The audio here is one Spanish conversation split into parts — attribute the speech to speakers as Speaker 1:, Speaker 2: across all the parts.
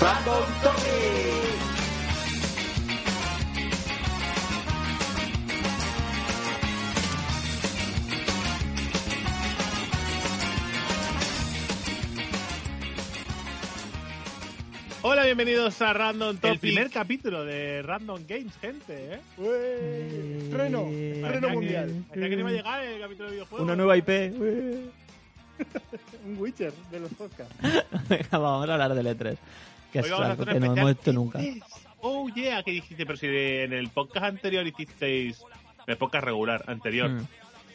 Speaker 1: Random Topic.
Speaker 2: Hola, bienvenidos a Random Topic.
Speaker 3: El primer capítulo de Random Games, gente, ¿eh?
Speaker 4: Ué, Freno, freno
Speaker 2: Parecía
Speaker 4: mundial.
Speaker 2: Que, parecía que no iba a llegar el capítulo de videojuegos.
Speaker 5: Una nueva IP. Ué.
Speaker 4: Un Witcher de los podcasts.
Speaker 5: Venga, vamos a hablar del E3. Que
Speaker 2: Hoy
Speaker 5: es
Speaker 2: vamos a
Speaker 5: algo
Speaker 2: hacer
Speaker 5: que
Speaker 2: un
Speaker 5: no hemos hecho
Speaker 2: especial.
Speaker 5: nunca.
Speaker 2: Oh, yeah, que dijiste, pero si de- en el podcast anterior hicisteis, en el podcast regular anterior,
Speaker 5: Mm.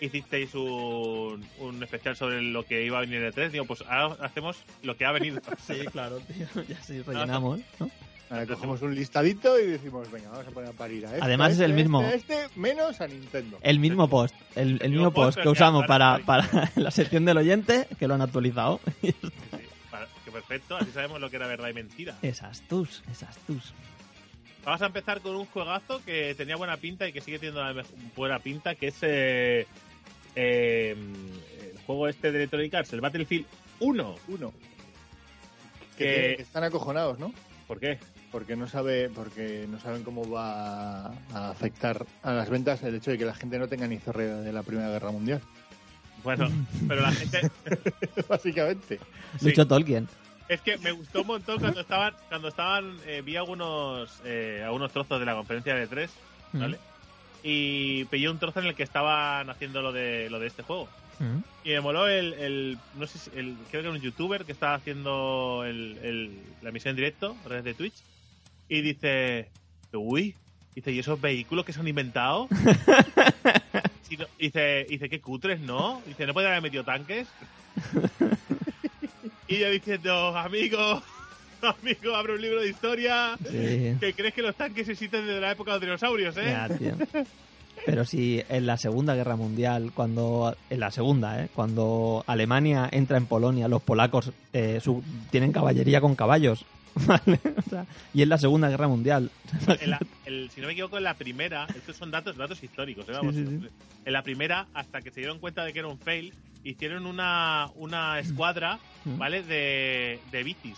Speaker 2: hicisteis un, un especial sobre lo que iba a venir en el 3, digo, pues ahora hacemos lo que ha venido.
Speaker 5: Sí, claro, tío. Ya sí, rellenamos. ¿no?
Speaker 4: Ahora cogemos un listadito y decimos, venga, vamos a poner a parir a este.
Speaker 5: Además
Speaker 4: a
Speaker 5: es el
Speaker 4: este,
Speaker 5: mismo. Eh.
Speaker 4: a Este, a este, menos a Nintendo.
Speaker 5: El mismo post. El, el mismo post que
Speaker 2: pero
Speaker 5: usamos
Speaker 2: ya,
Speaker 5: para,
Speaker 2: para-
Speaker 5: para la sección del oyente, que lo han actualizado.
Speaker 2: Sí, para- que perfecto, así sabemos lo que era verdad y mentira.
Speaker 5: Esas tus, esas tus.
Speaker 2: Vamos a empezar con un juegazo que tenía buena pinta y que sigue teniendo una buena pinta, que es eh, eh, el juego este de Electronic Arts, el Battlefield 1.
Speaker 4: Uno. Que,
Speaker 2: Que-
Speaker 4: tiene- que están acojonados, ¿no?
Speaker 2: ¿Por qué?
Speaker 4: Porque no sabe, porque no saben cómo va a afectar a las ventas el hecho de que la gente no tenga ni zorrera de la Primera Guerra Mundial.
Speaker 2: Bueno, pero la gente,
Speaker 4: Básicamente.
Speaker 2: Sí.
Speaker 5: Lucho Tolkien.
Speaker 2: Es que me gustó un montón cuando estaban, cuando estaban, eh, vi algunos, eh, algunos trozos de la conferencia de tres,
Speaker 5: Mm.
Speaker 2: ¿vale? Y pillé un trozo en el que estaban haciendo lo de, lo de este juego.
Speaker 5: Mm.
Speaker 2: Y me moló el, el no sé si, el, creo que era un youtuber que estaba haciendo el, el- la emisión en directo a través de Twitch. Y dice, uy, dice, ¿y esos vehículos que se han inventado? Si no- dice, dice, qué cutres, ¿no? Dice, ¿no pueden haber metido tanques? y yo diciendo, amigo, amigo, abre un libro de historia.
Speaker 5: Sí.
Speaker 2: Que crees que los tanques existen desde la época de los dinosaurios, ¿eh?
Speaker 5: Ya, tío. Pero si en la Segunda Guerra Mundial, cuando en la Segunda, ¿eh? cuando Alemania entra en Polonia, los polacos eh, su- tienen caballería con caballos, ¿vale? O sea, y es la Segunda Guerra Mundial.
Speaker 2: en la- el- si no me equivoco, en la primera, estos son datos, datos históricos, ¿eh?
Speaker 5: Sí,
Speaker 2: Vamos,
Speaker 5: sí, sí.
Speaker 2: en la primera, hasta que se dieron cuenta de que era un fail, hicieron una,
Speaker 5: Mm.
Speaker 2: una escuadra, ¿vale? De, de bicis.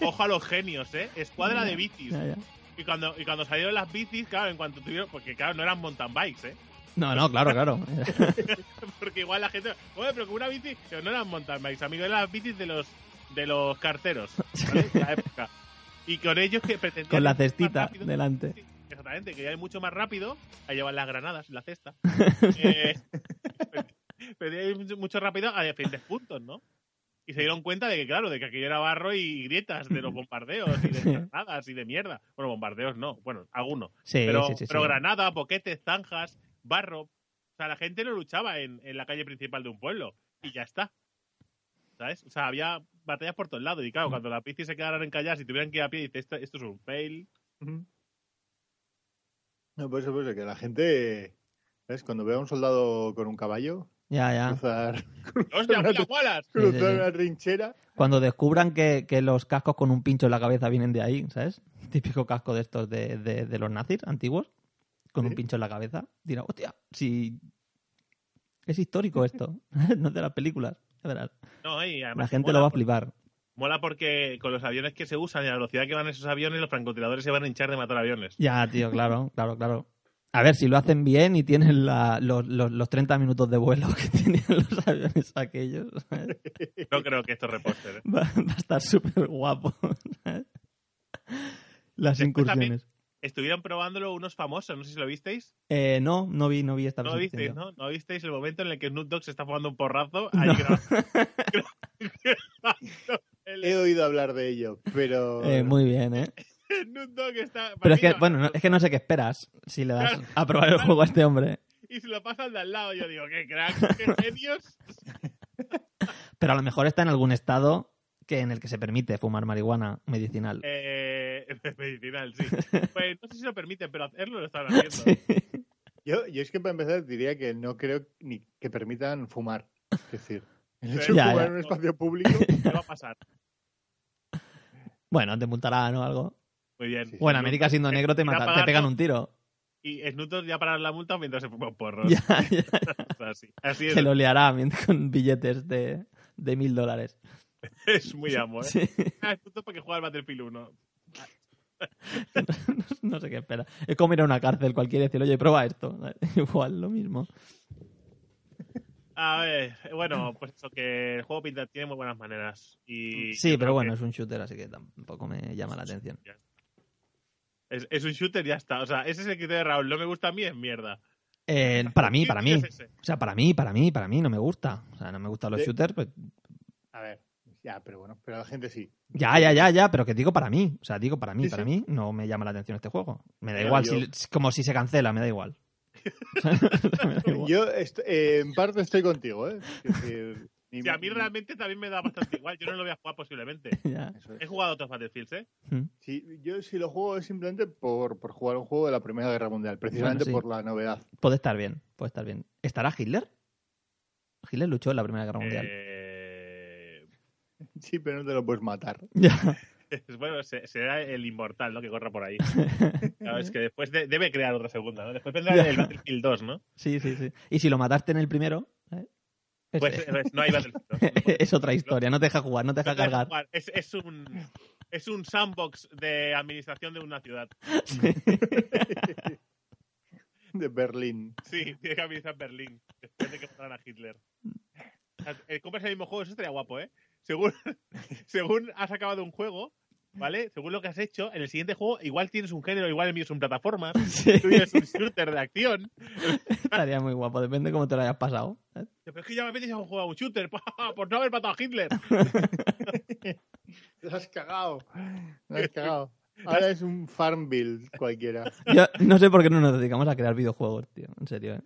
Speaker 2: Ojo a los genios, ¿eh? Escuadra de bicis.
Speaker 5: Ya, ya.
Speaker 2: Y cuando, y cuando salieron las bicis, claro, en cuanto tuvieron, porque claro, no eran mountain bikes, ¿eh?
Speaker 5: No, no, claro, claro.
Speaker 2: Porque igual la gente, oye, pero con una bici, pero no eran mountain bikes, amigo, eran las bicis de los de los carteros, ¿vale? De la época. Y con ellos que pretendían
Speaker 5: Con la
Speaker 2: ir más
Speaker 5: cestita
Speaker 2: rápido.
Speaker 5: delante.
Speaker 2: Sí, Exactamente, que ya es mucho más rápido a llevar las granadas en la cesta. Eh, pero ya es mucho- mucho rápido a diferentes puntos, ¿no? Y se dieron cuenta de que, claro, de que aquello era barro y grietas de los bombardeos y de granadas y de mierda. Bueno, bombardeos no, bueno, algunos.
Speaker 5: Sí,
Speaker 2: Pero,
Speaker 5: sí, sí, sí.
Speaker 2: pero granada, boquetes, zanjas, barro. O sea, la gente no luchaba en, en la calle principal de un pueblo y ya está. ¿Sabes? O sea, había batallas por todos lados. Y
Speaker 5: Mm.
Speaker 2: claro, cuando las bicis se quedaran encalladas y tuvieran que ir a pie, dice, esto, esto es un fail.
Speaker 4: No, por eso, por eso, que la gente, ¿ves? Cuando ve a un soldado con un caballo
Speaker 5: Ya, ya.
Speaker 4: cruzar,
Speaker 2: ¡Hostia, mira, bolas!
Speaker 4: cruzar
Speaker 5: sí.
Speaker 4: una trinchera,
Speaker 5: Cuando descubran que, que los cascos con un pincho en la cabeza vienen de ahí, ¿sabes? Típico casco de estos de, de- de los nazis antiguos, con un
Speaker 4: Sí.
Speaker 5: pincho en la cabeza, dirán, hostia, si... Es histórico esto, no es de las películas. ya verás.
Speaker 2: No, y además
Speaker 5: La
Speaker 2: que
Speaker 5: gente
Speaker 2: mola,
Speaker 5: lo va a
Speaker 2: porque-
Speaker 5: flipar.
Speaker 2: Mola porque con los aviones que se usan y a la velocidad que van esos aviones, los francotiradores se van a hinchar de matar aviones.
Speaker 5: Ya, tío, claro, claro, claro. A ver, si lo hacen bien y tienen la- los, los- los 30 minutos de vuelo que tienen los aviones aquellos, ¿sabes?
Speaker 2: No creo que esto reposte. ¿eh?
Speaker 5: va, va a estar súper guapo. ¿sabes? Las
Speaker 2: Después también-
Speaker 5: incursiones.
Speaker 2: Estuvieron probándolo unos famosos, no sé si lo visteis.
Speaker 5: Eh, no, no vi, no vi esta
Speaker 2: No lo
Speaker 5: presentación,
Speaker 2: visteis,
Speaker 5: tío.
Speaker 2: ¿no? No visteis el momento en el que Snoop Dogg se está jugando un porrazo. Ahí grabando- grabando el-
Speaker 4: he oído hablar de ello, pero...
Speaker 5: Eh, muy bien, ¿eh?
Speaker 2: Snoop Dogg está.
Speaker 5: Pero
Speaker 2: para
Speaker 5: es que,
Speaker 2: mí no-
Speaker 5: bueno, no- es que no sé qué esperas si le das
Speaker 2: Claro.
Speaker 5: a probar el juego a este hombre.
Speaker 2: Y se lo pasan de al lado. Yo digo, qué crack, qué genios.
Speaker 5: Pero a lo mejor está en algún estado que en el que se permite fumar marihuana medicinal.
Speaker 2: Eh, medicinal, sí. Pues no sé si lo permiten, pero hacerlo lo están haciendo.
Speaker 5: Sí.
Speaker 4: Yo, yo es que para empezar diría que no creo ni que permitan fumar. Es decir, el hecho
Speaker 2: Sí.
Speaker 4: de
Speaker 5: Ya,
Speaker 4: fumar
Speaker 5: ya.
Speaker 4: en un espacio público...
Speaker 2: ¿Qué va a pasar?
Speaker 5: Bueno, te multarán o algo.
Speaker 2: Muy bien.
Speaker 4: Sí, sí.
Speaker 5: O en América siendo negro te,
Speaker 2: Irá
Speaker 5: matan, te
Speaker 2: pagando
Speaker 5: pegan un tiro.
Speaker 2: Y Snoop Dogg ya para la multa mientras se fuma un porro.
Speaker 5: Ya, ya,
Speaker 2: O sea, así. así es.
Speaker 5: se lo liará mien- con billetes de, de mil dólares.
Speaker 2: Es muy amo, ¿eh?
Speaker 5: Sí.
Speaker 2: Ah, es justo para que juegue al Battlefield 1.
Speaker 5: No sé qué espera. Es como ir a una cárcel cualquiera y decir, oye, prueba esto. Igual lo mismo.
Speaker 2: A ver, bueno, pues eso, que el juego pinta tiene muy buenas maneras. Y
Speaker 5: Sí,
Speaker 2: yo
Speaker 5: pero
Speaker 2: creo
Speaker 5: bueno,
Speaker 2: que
Speaker 5: es un shooter, así que tampoco me llama la atención.
Speaker 2: Es, es un shooter, ya está. O sea, ese es el criterio de Raúl. No me gusta a mí, es mierda.
Speaker 5: Eh, para mí,
Speaker 2: Sí,
Speaker 5: para
Speaker 2: sí,
Speaker 5: mí.
Speaker 2: es ese.
Speaker 5: O sea, para mí, para mí, para mí no me gusta. O sea, no me gustan los
Speaker 4: Sí.
Speaker 5: shooters. Pues,
Speaker 4: A ver, ya, pero bueno, pero la gente sí.
Speaker 5: ya, ya, ya, ya, pero que digo para mí. O sea, digo para mí,
Speaker 4: Sí,
Speaker 5: para
Speaker 4: sí.
Speaker 5: mí no me llama la atención este juego. Me da
Speaker 4: Claro,
Speaker 5: igual,
Speaker 4: yo-
Speaker 5: si- como si se cancela, me da igual. O sea, me da igual.
Speaker 4: Yo est- eh, en parte estoy contigo, ¿eh? Es decir, ni
Speaker 2: Sí, a mí
Speaker 4: me-
Speaker 2: realmente también me da bastante igual. Yo no lo voy a jugar posiblemente.
Speaker 5: Ya.
Speaker 4: Eso
Speaker 2: He
Speaker 4: es.
Speaker 2: jugado otros Battlefields, ¿eh?
Speaker 5: Mm.
Speaker 4: Sí, yo si lo juego es simplemente por, por jugar un juego de la Primera Guerra Mundial, precisamente
Speaker 5: sí.
Speaker 4: por la novedad.
Speaker 5: Puede estar bien, puede estar bien. ¿Estará Hitler? Hitler luchó en la Primera Guerra Mundial.
Speaker 2: Eh,
Speaker 4: Sí, pero no te lo puedes matar.
Speaker 5: Ya.
Speaker 2: bueno, se- será el inmortal, ¿no? Que corra por ahí. Claro, es que después de- debe crear otra segunda, ¿no? Después vendrá el Battlefield 2, ¿no?
Speaker 5: Sí, sí, sí. Y si lo mataste en el primero, ¿eh? Es-
Speaker 2: Pues, pues no hay Battlefield 2.
Speaker 5: es otra historia. No te deja jugar, no te
Speaker 2: No
Speaker 5: deja
Speaker 2: te deja
Speaker 5: cargar.
Speaker 2: jugar. Es, es un es un sandbox de administración de una ciudad.
Speaker 4: De Berlín.
Speaker 2: Sí, tiene que administrar Berlín después de que mataran a Hitler. O sea, eh, compras el mismo juego, eso estaría guapo, ¿eh? Según, según has acabado un juego, ¿vale? Según lo que has hecho, en el siguiente juego igual tienes un género, igual el mío es un plataforma,
Speaker 5: Sí,
Speaker 2: tú tienes un shooter de acción.
Speaker 5: estaría muy guapo, depende cómo te lo hayas pasado. ¿eh?
Speaker 2: Pero es que ya me apetece jugar a un shooter pa, por no haber matado a Hitler.
Speaker 4: Lo has cagado. Lo has cagado. Ahora es un Farmville cualquiera.
Speaker 5: Yo no sé por qué no nos dedicamos a crear videojuegos, tío. En serio, ¿eh?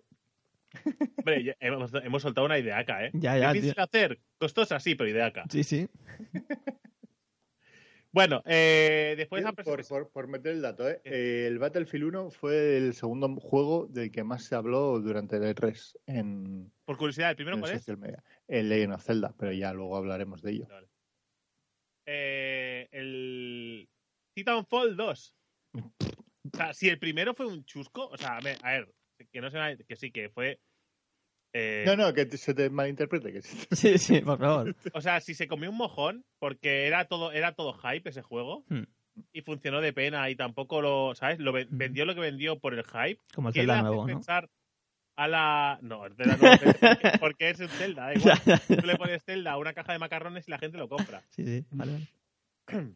Speaker 2: Hombre, ya hemos, hemos soltado una ideaca, ¿eh?
Speaker 5: Ya, ya,
Speaker 2: Difícil de hacer, costosa, sí, pero ideaca.
Speaker 5: Sí, sí.
Speaker 2: Bueno, eh, después
Speaker 4: Yo,
Speaker 2: han
Speaker 4: por,
Speaker 2: presentado-
Speaker 4: por- por meter el dato, ¿eh? Eh, el Battlefield 1 fue el segundo juego del que más se habló durante el E3 en,
Speaker 2: por curiosidad, ¿el primero
Speaker 4: en
Speaker 2: cuál es?
Speaker 4: social media. El Legend of Zelda, pero ya luego hablaremos de ello.
Speaker 2: eh, el Titanfall 2. O sea, si el primero fue un chusco, o sea, a ver, a ver, que no se me- que sí, que fue. eh,
Speaker 4: No, no, que te- se te malinterprete. Que se te-
Speaker 5: Sí, sí, por favor.
Speaker 2: O sea, si se comió un mojón, porque era todo, era todo hype ese juego,
Speaker 5: Hmm.
Speaker 2: y funcionó de pena, y tampoco lo, ¿sabes? Lo ven-
Speaker 5: Hmm.
Speaker 2: vendió lo que vendió por el hype.
Speaker 5: Como el
Speaker 2: que le
Speaker 5: Zelda
Speaker 2: hace
Speaker 5: nuevo, ¿no?
Speaker 2: pensar a la. No, el Zelda nuevo, porque- porque es un Zelda, da igual.
Speaker 5: Ya, ya.
Speaker 2: Tú le pones Zelda a una caja de macarrones y la gente lo compra.
Speaker 5: Sí, sí, vale, vale.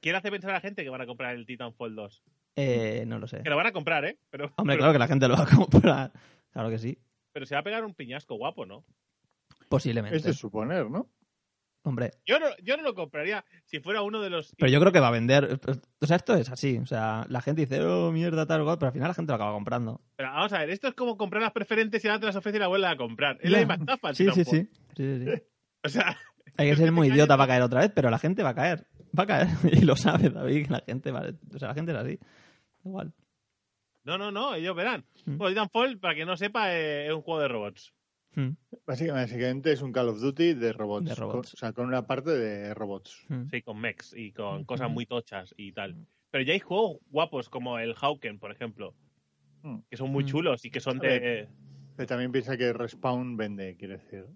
Speaker 2: ¿Quién hace pensar a la gente que van a comprar el Titanfall 2?
Speaker 5: Eh, no lo sé.
Speaker 2: Que lo van a comprar, ¿eh? Pero,
Speaker 5: Hombre,
Speaker 2: pero-
Speaker 5: claro que la gente lo va a comprar. Claro que sí.
Speaker 2: pero se va a pegar un piñasco guapo, ¿no?
Speaker 5: Posiblemente.
Speaker 4: Es de suponer, ¿no?
Speaker 5: Hombre,
Speaker 2: Yo no, yo no lo compraría si fuera uno de los...
Speaker 5: pero yo creo que va a vender. O sea, esto es así. O sea, la gente dice, oh, mierda, tal, cual, pero al final la gente lo acaba comprando.
Speaker 2: Pero vamos a ver, esto es como comprar las preferentes y ahora te las ofrece y la vuelves a comprar. Es
Speaker 5: Ya.
Speaker 2: la misma estafa. el
Speaker 5: Sí, sí,
Speaker 2: Titanfall.
Speaker 5: sí. Sí, sí, sí.
Speaker 2: O sea,
Speaker 5: Hay que ser muy idiota para caer otra vez, pero la gente va a caer. Va a caer. Y lo sabe David, que la gente va. O sea, la gente es así. Igual.
Speaker 2: no, no, no, ellos verán.
Speaker 5: Mm.
Speaker 2: Bueno, Titanfall, para que no sepa, eh, es un juego de robots.
Speaker 5: Hmm,
Speaker 4: Básicamente, básicamente es un Call of Duty de robots.
Speaker 5: De robots.
Speaker 4: Con- o sea, con una parte de robots.
Speaker 5: hmm.
Speaker 2: Sí, con mechs y con cosas
Speaker 5: Ujú.
Speaker 2: muy tochas y tal.
Speaker 5: Mm.
Speaker 2: Pero ya hay juegos guapos como el Hawken, por ejemplo.
Speaker 4: Mm.
Speaker 2: Que son muy
Speaker 5: Mm.
Speaker 2: chulos y que son
Speaker 4: A
Speaker 2: de...
Speaker 4: Pero también piensa que Respawn vende, quiero decir.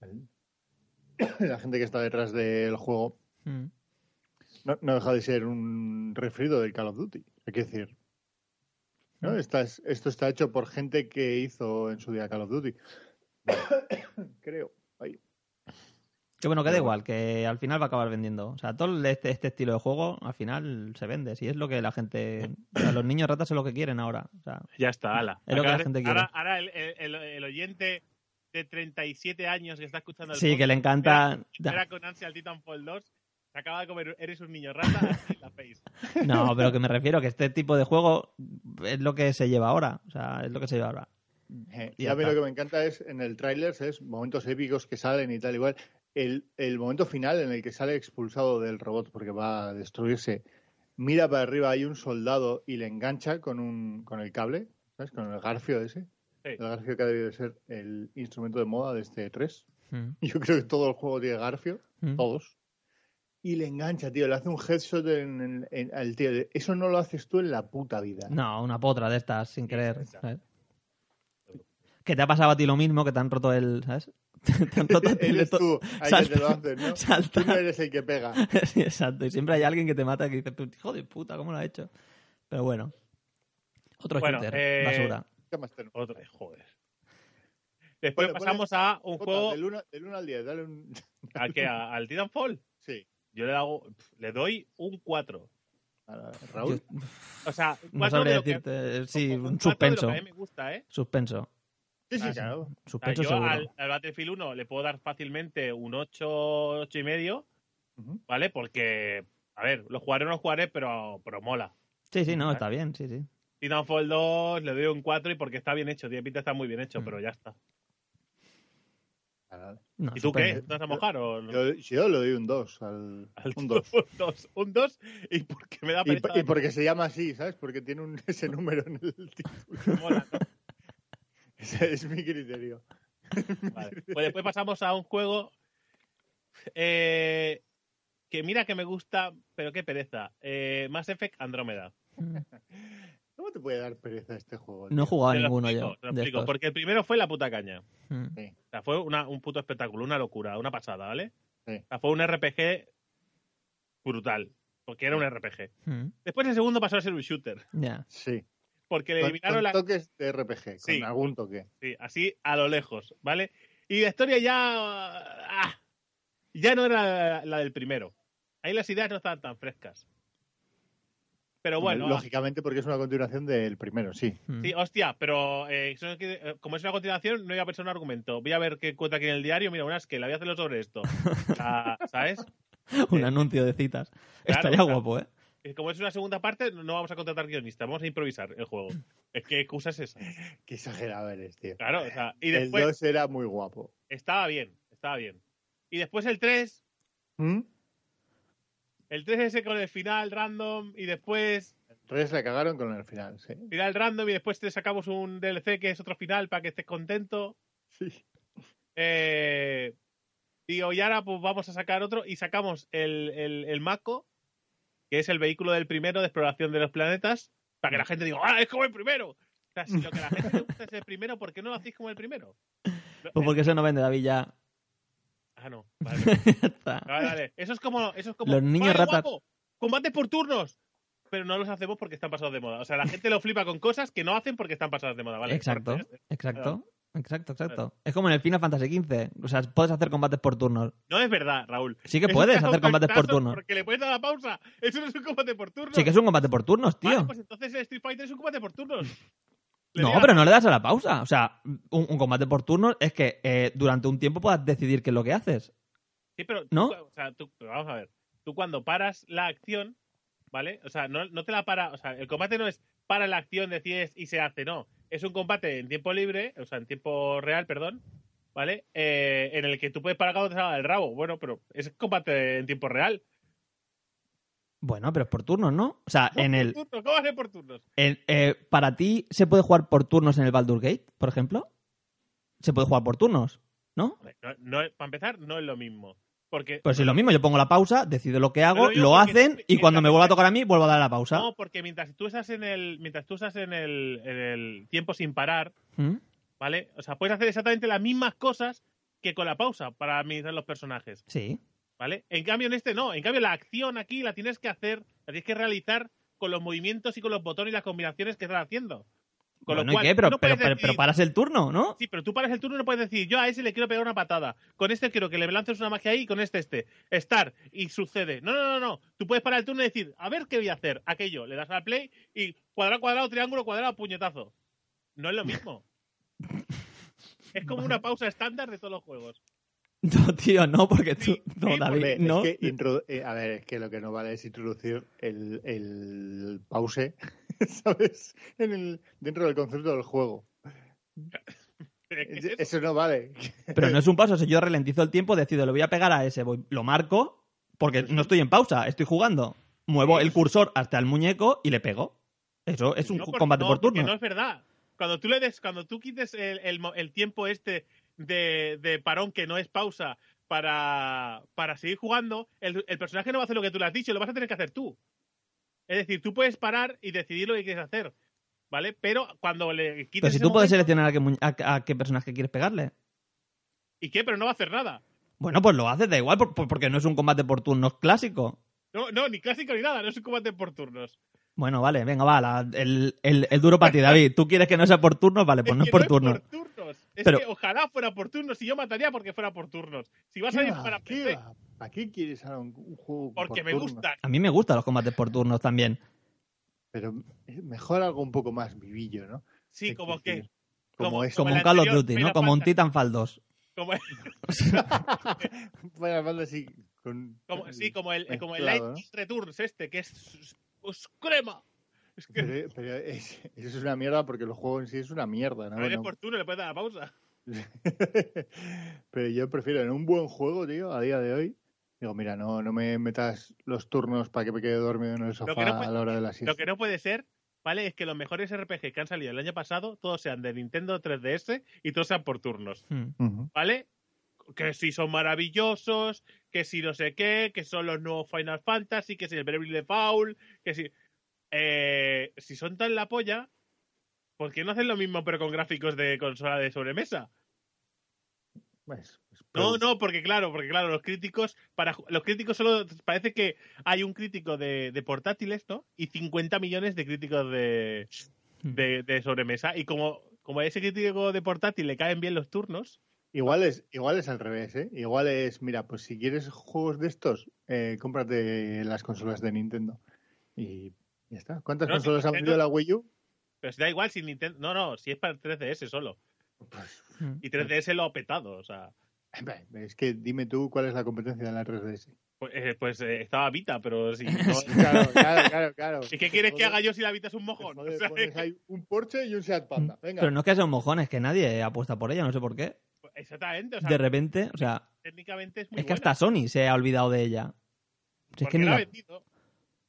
Speaker 4: El- La gente que está detrás del juego
Speaker 5: Hmm.
Speaker 4: no, no deja de ser un refrido del Call of Duty. Hay que decir. ¿no?
Speaker 5: Mm.
Speaker 4: Esta es- esto está hecho por gente que hizo en su día Call of Duty. Creo. Ay.
Speaker 5: Que bueno, que da
Speaker 4: Pero
Speaker 5: igual, que al final va a acabar vendiendo. O sea, todo este, este estilo de juego al final se vende. Si es lo que la gente. o sea, los niños ratas es lo que quieren ahora. O sea,
Speaker 2: Ya está, ala.
Speaker 5: Es lo que la
Speaker 2: Acabas de-
Speaker 5: gente quiere.
Speaker 2: ahora ahora el, el- el- el oyente de 37 años que está escuchando el eh,
Speaker 5: sí, que le encanta.
Speaker 2: Era con ansia al Titanfall 2. Se acaba de comer, eres un niño rata, así en la face.
Speaker 5: No, pero que me refiero que este tipo de juego es lo que se lleva ahora. O sea, es lo que se lleva ahora.
Speaker 4: Eh,
Speaker 5: Y
Speaker 4: y
Speaker 5: ya
Speaker 4: a mí
Speaker 5: está.
Speaker 4: lo que me encanta es en el tráiler, es momentos épicos que salen y tal igual. El, el momento final en el que sale expulsado del robot porque va a destruirse, mira para arriba, hay un soldado y le engancha con un con el cable, ¿sabes? Con el garfio ese. El garfio que ha debido de ser el instrumento de moda de este 3.
Speaker 5: Hmm,
Speaker 4: Yo creo que todo el juego tiene garfio,
Speaker 5: hmm.
Speaker 4: todos. Y le engancha, tío, le hace un headshot en, en- en- al tío. Eso no lo haces tú en la puta vida.
Speaker 5: No, una potra de estas, sin querer.
Speaker 2: sí, sí.
Speaker 5: ¿sabes? Que te ha pasado a ti lo mismo, que te han roto el. ¿Sabes? Tanto tatile,
Speaker 4: Eres
Speaker 5: to-
Speaker 4: tú el que
Speaker 5: salta-
Speaker 4: te lo haces, ¿no?
Speaker 5: salta.
Speaker 4: Tú no eres el que pega.
Speaker 5: Sí, exacto. Y siempre hay alguien que te mata que dice, "Tú, hijo de puta, ¿cómo lo ha hecho? Pero bueno. Otro
Speaker 2: Bueno,
Speaker 5: shooter,
Speaker 2: eh,
Speaker 5: basura.
Speaker 4: ¿Qué más tenemos?
Speaker 2: Otro, joder. Después
Speaker 4: Bueno,
Speaker 2: pasamos a un
Speaker 4: Jota,
Speaker 2: juego.
Speaker 4: Del 1 al 10, dale un...
Speaker 2: ¿A qué? ¿A- ¿Al Titanfall?
Speaker 4: Sí.
Speaker 2: Yo le, hago, pf, le doy un 4.
Speaker 4: Ahora, Raúl,
Speaker 5: Yo
Speaker 2: O sea,
Speaker 5: no
Speaker 2: 4
Speaker 5: sabría
Speaker 2: de lo que-
Speaker 5: decirte. eh, Sí,
Speaker 2: un 4
Speaker 5: un
Speaker 2: de
Speaker 5: suspenso.
Speaker 2: lo que a mí me gusta, ¿eh?
Speaker 5: Suspenso.
Speaker 4: sí, sí,
Speaker 2: Ah, sí.
Speaker 4: claro.
Speaker 2: O sea,
Speaker 5: Suspenso
Speaker 2: yo
Speaker 5: seguro.
Speaker 2: al, al Battlefield 1 le puedo dar fácilmente un 8, 8 y medio,
Speaker 4: Ujú.
Speaker 2: ¿vale? Porque, a ver, lo jugaré o no lo jugaré, pero, pero mola.
Speaker 5: Sí, sí, no, está bien, sí, sí.
Speaker 2: Titanfall 2 le doy un 4 y porque está bien hecho, tío, pinta está muy bien hecho,
Speaker 5: Mm.
Speaker 2: pero ya está.
Speaker 4: Claro.
Speaker 5: No,
Speaker 2: ¿Y tú qué?
Speaker 5: suspenso.
Speaker 2: ¿Te vas a mojar o no?
Speaker 4: Yo, yo le doy un 2 al...
Speaker 2: Al-
Speaker 4: Un 2.
Speaker 2: Un 2. Un 2 y porque me da
Speaker 4: Y,
Speaker 2: pereza.
Speaker 4: y porque se llama así, ¿sabes? Porque tiene un, ese número en el título.
Speaker 2: Mola, ¿no?
Speaker 4: Ese es mi criterio.
Speaker 2: Vale. Pues después pasamos a un juego eh, que mira que me gusta, pero qué pereza. Eh, Mass Effect Andrómeda.
Speaker 4: ¿Cómo te puede dar pereza este juego?
Speaker 5: No
Speaker 4: tío?
Speaker 5: he jugado a
Speaker 2: Te lo
Speaker 5: ninguno
Speaker 2: explico,
Speaker 5: yo.
Speaker 2: te lo
Speaker 5: de
Speaker 2: explico,
Speaker 5: estos.
Speaker 2: porque el primero fue la puta caña.
Speaker 5: Mm.
Speaker 2: O sea, fue una- un puto espectáculo, una locura, una pasada, ¿vale?
Speaker 4: Sí.
Speaker 2: O sea, fue un RPG brutal, porque era un RPG.
Speaker 5: Mm.
Speaker 2: Después el segundo pasó a ser un shooter,
Speaker 5: Ya.
Speaker 4: Sí.
Speaker 2: porque le
Speaker 4: Con,
Speaker 2: eliminaron
Speaker 4: con
Speaker 2: la...
Speaker 4: toques de RPG,
Speaker 2: Sí.
Speaker 4: con algún toque.
Speaker 2: sí, así a lo lejos, ¿vale? Y la historia ya... ah, ya no era la del primero. Ahí las ideas no estaban tan frescas. Pero bueno,
Speaker 4: Lógicamente porque es una continuación del primero, sí.
Speaker 5: Mm.
Speaker 2: Sí, hostia, pero eh, eso es que, eh, como es una continuación, no iba a pensar un argumento. Voy a ver qué cuenta aquí en el diario. Mira, unas que la voy a hacerlo sobre esto. Ah, ¿Sabes?
Speaker 5: un
Speaker 2: eh,
Speaker 5: anuncio de citas. Estaría
Speaker 2: claro.
Speaker 5: guapo, ¿eh?
Speaker 2: Eh, Como es una segunda parte, no vamos a contratar guionistas, vamos a improvisar el juego. Es que excusa es esa.
Speaker 4: Qué exagerado eres, tío.
Speaker 2: Claro, o sea, y
Speaker 4: el
Speaker 2: después
Speaker 4: 2 era muy guapo.
Speaker 2: estaba bien, estaba bien. Y después el 3,
Speaker 4: ¿Mm?
Speaker 2: el 3 ese con el final random y después
Speaker 4: Entonces la cagaron con el final, sí.
Speaker 2: final random y después te sacamos un DLC que es otro final para que estés contento.
Speaker 4: Sí.
Speaker 2: Eh, digo, y ahora pues vamos a sacar otro y sacamos el, el, el Mako, que es el vehículo del primero de exploración de los planetas, para que la gente diga, ¡ah, es como el primero! O sea, si lo que a la gente le gusta es el primero, ¿por qué no lo hacéis como el primero? No,
Speaker 5: Pues
Speaker 2: eh,
Speaker 5: porque eso no vende David ya.
Speaker 2: Ah, no. Vale, vale,
Speaker 5: Ya está.
Speaker 2: vale, vale. Ah, Eso es como... Eso es como
Speaker 5: Los niños
Speaker 2: "Vale,
Speaker 5: ratas".
Speaker 2: guapo, combates por turnos. Pero no los hacemos porque están pasados de moda. O sea, la gente lo flipa con cosas que no hacen porque están pasadas de moda, ¿vale?
Speaker 5: exacto,
Speaker 2: Porque-
Speaker 5: exacto, exacto, exacto. Es como en el Final Fantasy XV. O sea, puedes hacer combates por turnos.
Speaker 2: No es verdad, Raúl.
Speaker 5: Sí que
Speaker 2: Eso
Speaker 5: puedes
Speaker 2: está
Speaker 5: hacer combates por
Speaker 2: contactazo
Speaker 5: turnos.
Speaker 2: Porque le puedes dar la pausa. Eso no es un combate por turnos.
Speaker 5: Sí que es un combate por turnos,
Speaker 2: Vale,
Speaker 5: tío.
Speaker 2: pues entonces el Street Fighter es un combate por turnos. Le
Speaker 5: No,
Speaker 2: diga-
Speaker 5: pero no le das a la pausa. O sea, un, un combate por turnos es que eh, durante un tiempo puedas decidir qué es lo que haces.
Speaker 2: Sí, pero tú-
Speaker 5: ¿no?
Speaker 2: o sea, tú- pero vamos a ver. Tú cuando paras la acción, ¿vale? O sea, no, no te la para. O sea, el combate no es para la acción, decides y se hace, no. Es un combate en tiempo libre, o sea, en tiempo real, perdón, ¿vale? Eh, en el que tú puedes parar cuando te salga el rabo. Bueno, pero es combate en tiempo real.
Speaker 5: Bueno, pero es por turnos, ¿no? O sea, en el,
Speaker 2: Turnos, ¿Cómo va a ser por turnos?
Speaker 5: en- eh, ¿Para ti se puede jugar por turnos en el Baldur Gate, por ejemplo? Se puede jugar por turnos, ¿no?
Speaker 2: Hombre, No, no- para empezar, no es lo mismo. Porque
Speaker 5: Pues es lo mismo, yo pongo la pausa, decido lo que hago,
Speaker 2: Pero yo
Speaker 5: lo
Speaker 2: porque-
Speaker 5: hacen y
Speaker 2: mientras-
Speaker 5: cuando me vuelva a tocar a mí, vuelvo a dar la pausa.
Speaker 2: No, porque mientras tú estás en el, mientras tú estás en el, en el tiempo sin parar,
Speaker 5: ¿Mm?
Speaker 2: ¿vale? O sea, puedes hacer exactamente las mismas cosas que con la pausa para administrar los personajes,
Speaker 5: Sí.
Speaker 2: ¿vale? En cambio, en este no. En cambio, la acción aquí la tienes que hacer, la tienes que realizar con los movimientos y con los botones y las combinaciones que estás haciendo. Con
Speaker 5: Bueno,
Speaker 2: lo
Speaker 5: ¿y
Speaker 2: cual,
Speaker 5: qué?
Speaker 2: tú
Speaker 5: Pero,
Speaker 2: no
Speaker 5: pero,
Speaker 2: puedes
Speaker 5: pero-
Speaker 2: decir-
Speaker 5: pero paras el turno, ¿no?
Speaker 2: Sí, pero tú paras el turno y no puedes decir, yo a ese le quiero pegar una patada, con este quiero que le lances una magia ahí y con este este. Estar y sucede. No, no, no, no. Tú puedes parar el turno y decir, a ver qué voy a hacer. Aquello, le das al play y cuadrado, cuadrado, triángulo, cuadrado, puñetazo. No es lo mismo. es como una pausa estándar de todos los juegos.
Speaker 5: No, tío, no, porque tú.
Speaker 2: Sí,
Speaker 5: No,
Speaker 2: sí,
Speaker 5: David,
Speaker 4: Hombre, es
Speaker 5: no.
Speaker 4: que introdu- eh, a ver, es que lo que no vale es introducir el, el pause, ¿sabes? En el, dentro del concepto del juego.
Speaker 2: Pero es que es eso.
Speaker 4: Eso no vale.
Speaker 5: Pero no es un pausa, o sea, yo ralentizo el tiempo, decido, le voy a pegar a ese, voy- lo marco, porque no estoy en pausa, estoy jugando. Muevo el cursor hasta el muñeco y le pego. Eso es un
Speaker 2: No,
Speaker 5: ju-
Speaker 2: porque-
Speaker 5: combate
Speaker 2: no,
Speaker 5: por
Speaker 2: porque
Speaker 5: turno.
Speaker 2: No es verdad. Cuando tú le des, cuando tú quites el, el mo- el tiempo este de, de parón que no es pausa para, para seguir jugando, el, el personaje no va a hacer lo que tú le has dicho, lo vas a tener que hacer tú. Es decir, tú puedes parar y decidir lo que quieres hacer, ¿vale? Pero cuando le quites
Speaker 5: Pero si
Speaker 2: ese
Speaker 5: tú
Speaker 2: momento-
Speaker 5: puedes seleccionar a qué, mu- a- a qué personaje quieres pegarle.
Speaker 2: ¿Y qué? Pero no va a hacer nada.
Speaker 5: Bueno, pues lo haces, da igual, por- por- porque no es un combate por turnos clásico.
Speaker 2: No, no, ni clásico ni nada, no es un combate por turnos.
Speaker 5: Bueno, vale, venga, va, la- el, el- el duro para ti, David. ¿Tú quieres que no sea por turnos? Vale, pues no es
Speaker 2: que
Speaker 5: por turnos.
Speaker 2: Es, por turnos. es
Speaker 5: Pero-
Speaker 2: que ojalá fuera por turnos y yo mataría porque fuera por turnos. Si va a salir para
Speaker 4: ¿Qué
Speaker 2: PC,
Speaker 4: va? ¿Para qué quieres ahora un, un juego
Speaker 2: porque
Speaker 4: por
Speaker 2: me
Speaker 4: turno?
Speaker 2: gusta.
Speaker 5: A mí me gustan los combates por turnos también.
Speaker 4: Pero eh, mejor algo un poco más vivillo, ¿no?
Speaker 2: Sí,
Speaker 4: Es
Speaker 2: como
Speaker 4: decir,
Speaker 2: que.
Speaker 4: Como es
Speaker 2: Como
Speaker 5: Como
Speaker 2: el
Speaker 5: un Call of
Speaker 2: Pues anterior
Speaker 5: Duty, ¿no?
Speaker 2: Final
Speaker 5: Como un
Speaker 2: Fantasy.
Speaker 5: Titanfall 2.
Speaker 2: como-
Speaker 4: Final Fantasy con...
Speaker 2: como- sí, como el, como el Light
Speaker 4: Mezclado,
Speaker 2: Returns este, que es. ¡Os crema! Es que.
Speaker 4: Pero, pero es- eso es una mierda porque el juego en sí es una mierda, ¿no?
Speaker 2: Pero eres
Speaker 4: No-
Speaker 2: por turno, le puedes dar la pausa.
Speaker 4: Pero yo prefiero en un buen juego, tío, a día de hoy. Digo, mira, no, no me metas los turnos para que me quede dormido en el sofá
Speaker 2: que no puede-
Speaker 4: a la hora de la siesta.
Speaker 2: Lo que no puede ser, ¿vale? Es que los mejores RPG que han salido el año pasado, todos sean de Nintendo 3DS y todos sean por turnos,
Speaker 5: Hmm.
Speaker 4: Ujú.
Speaker 2: ¿vale? Que si son maravillosos, que si no sé qué, que son los nuevos Final Fantasy, que si el Bravely Default, que si. Eh, si son tan la polla, ¿por qué no hacen lo mismo pero con gráficos de consola de sobremesa?
Speaker 4: Es- es
Speaker 2: No,
Speaker 4: producto.
Speaker 2: no, porque claro, porque claro, los críticos, para ju- los críticos solo parece que hay un crítico de, de portátiles, ¿no? Y 50 millones de críticos de,
Speaker 5: Hmm.
Speaker 2: de, de sobremesa. Y como, como a ese crítico de portátil le caen bien los turnos,
Speaker 4: Igual es, igual es al revés, ¿eh? Igual es, mira, pues si quieres juegos de estos, eh, cómprate las consolas de Nintendo. Y ya está. ¿Cuántas
Speaker 2: No, si
Speaker 4: consolas ha
Speaker 2: Nintendo-
Speaker 4: vendido la Wii U?
Speaker 2: pero si pues da igual si Nintendo. No, no, si es para 3DS solo.
Speaker 5: Hmm.
Speaker 2: Y 3DS lo ha petado, o sea.
Speaker 4: Es que dime tú cuál es la competencia de la 3DS.
Speaker 2: Pues, eh, pues, eh, estaba Vita, pero si no.
Speaker 4: Claro, claro, claro, claro.
Speaker 2: ¿Y qué quieres que haga yo si la Vita es un mojón? O
Speaker 4: Joder,
Speaker 2: sea,
Speaker 4: pones ahí un Porsche y un Seat Panda. Venga.
Speaker 5: Mm, Pero no es que sea un mojón, es que nadie apuesta por ella, no sé por qué.
Speaker 2: exactamente, o sea,
Speaker 5: De repente, o sea,
Speaker 2: técnicamente es muy
Speaker 5: es que
Speaker 2: buena,
Speaker 5: hasta Sony se ha olvidado de ella. Si es
Speaker 2: porque
Speaker 5: que ni
Speaker 2: la ha
Speaker 5: la-
Speaker 2: vendido.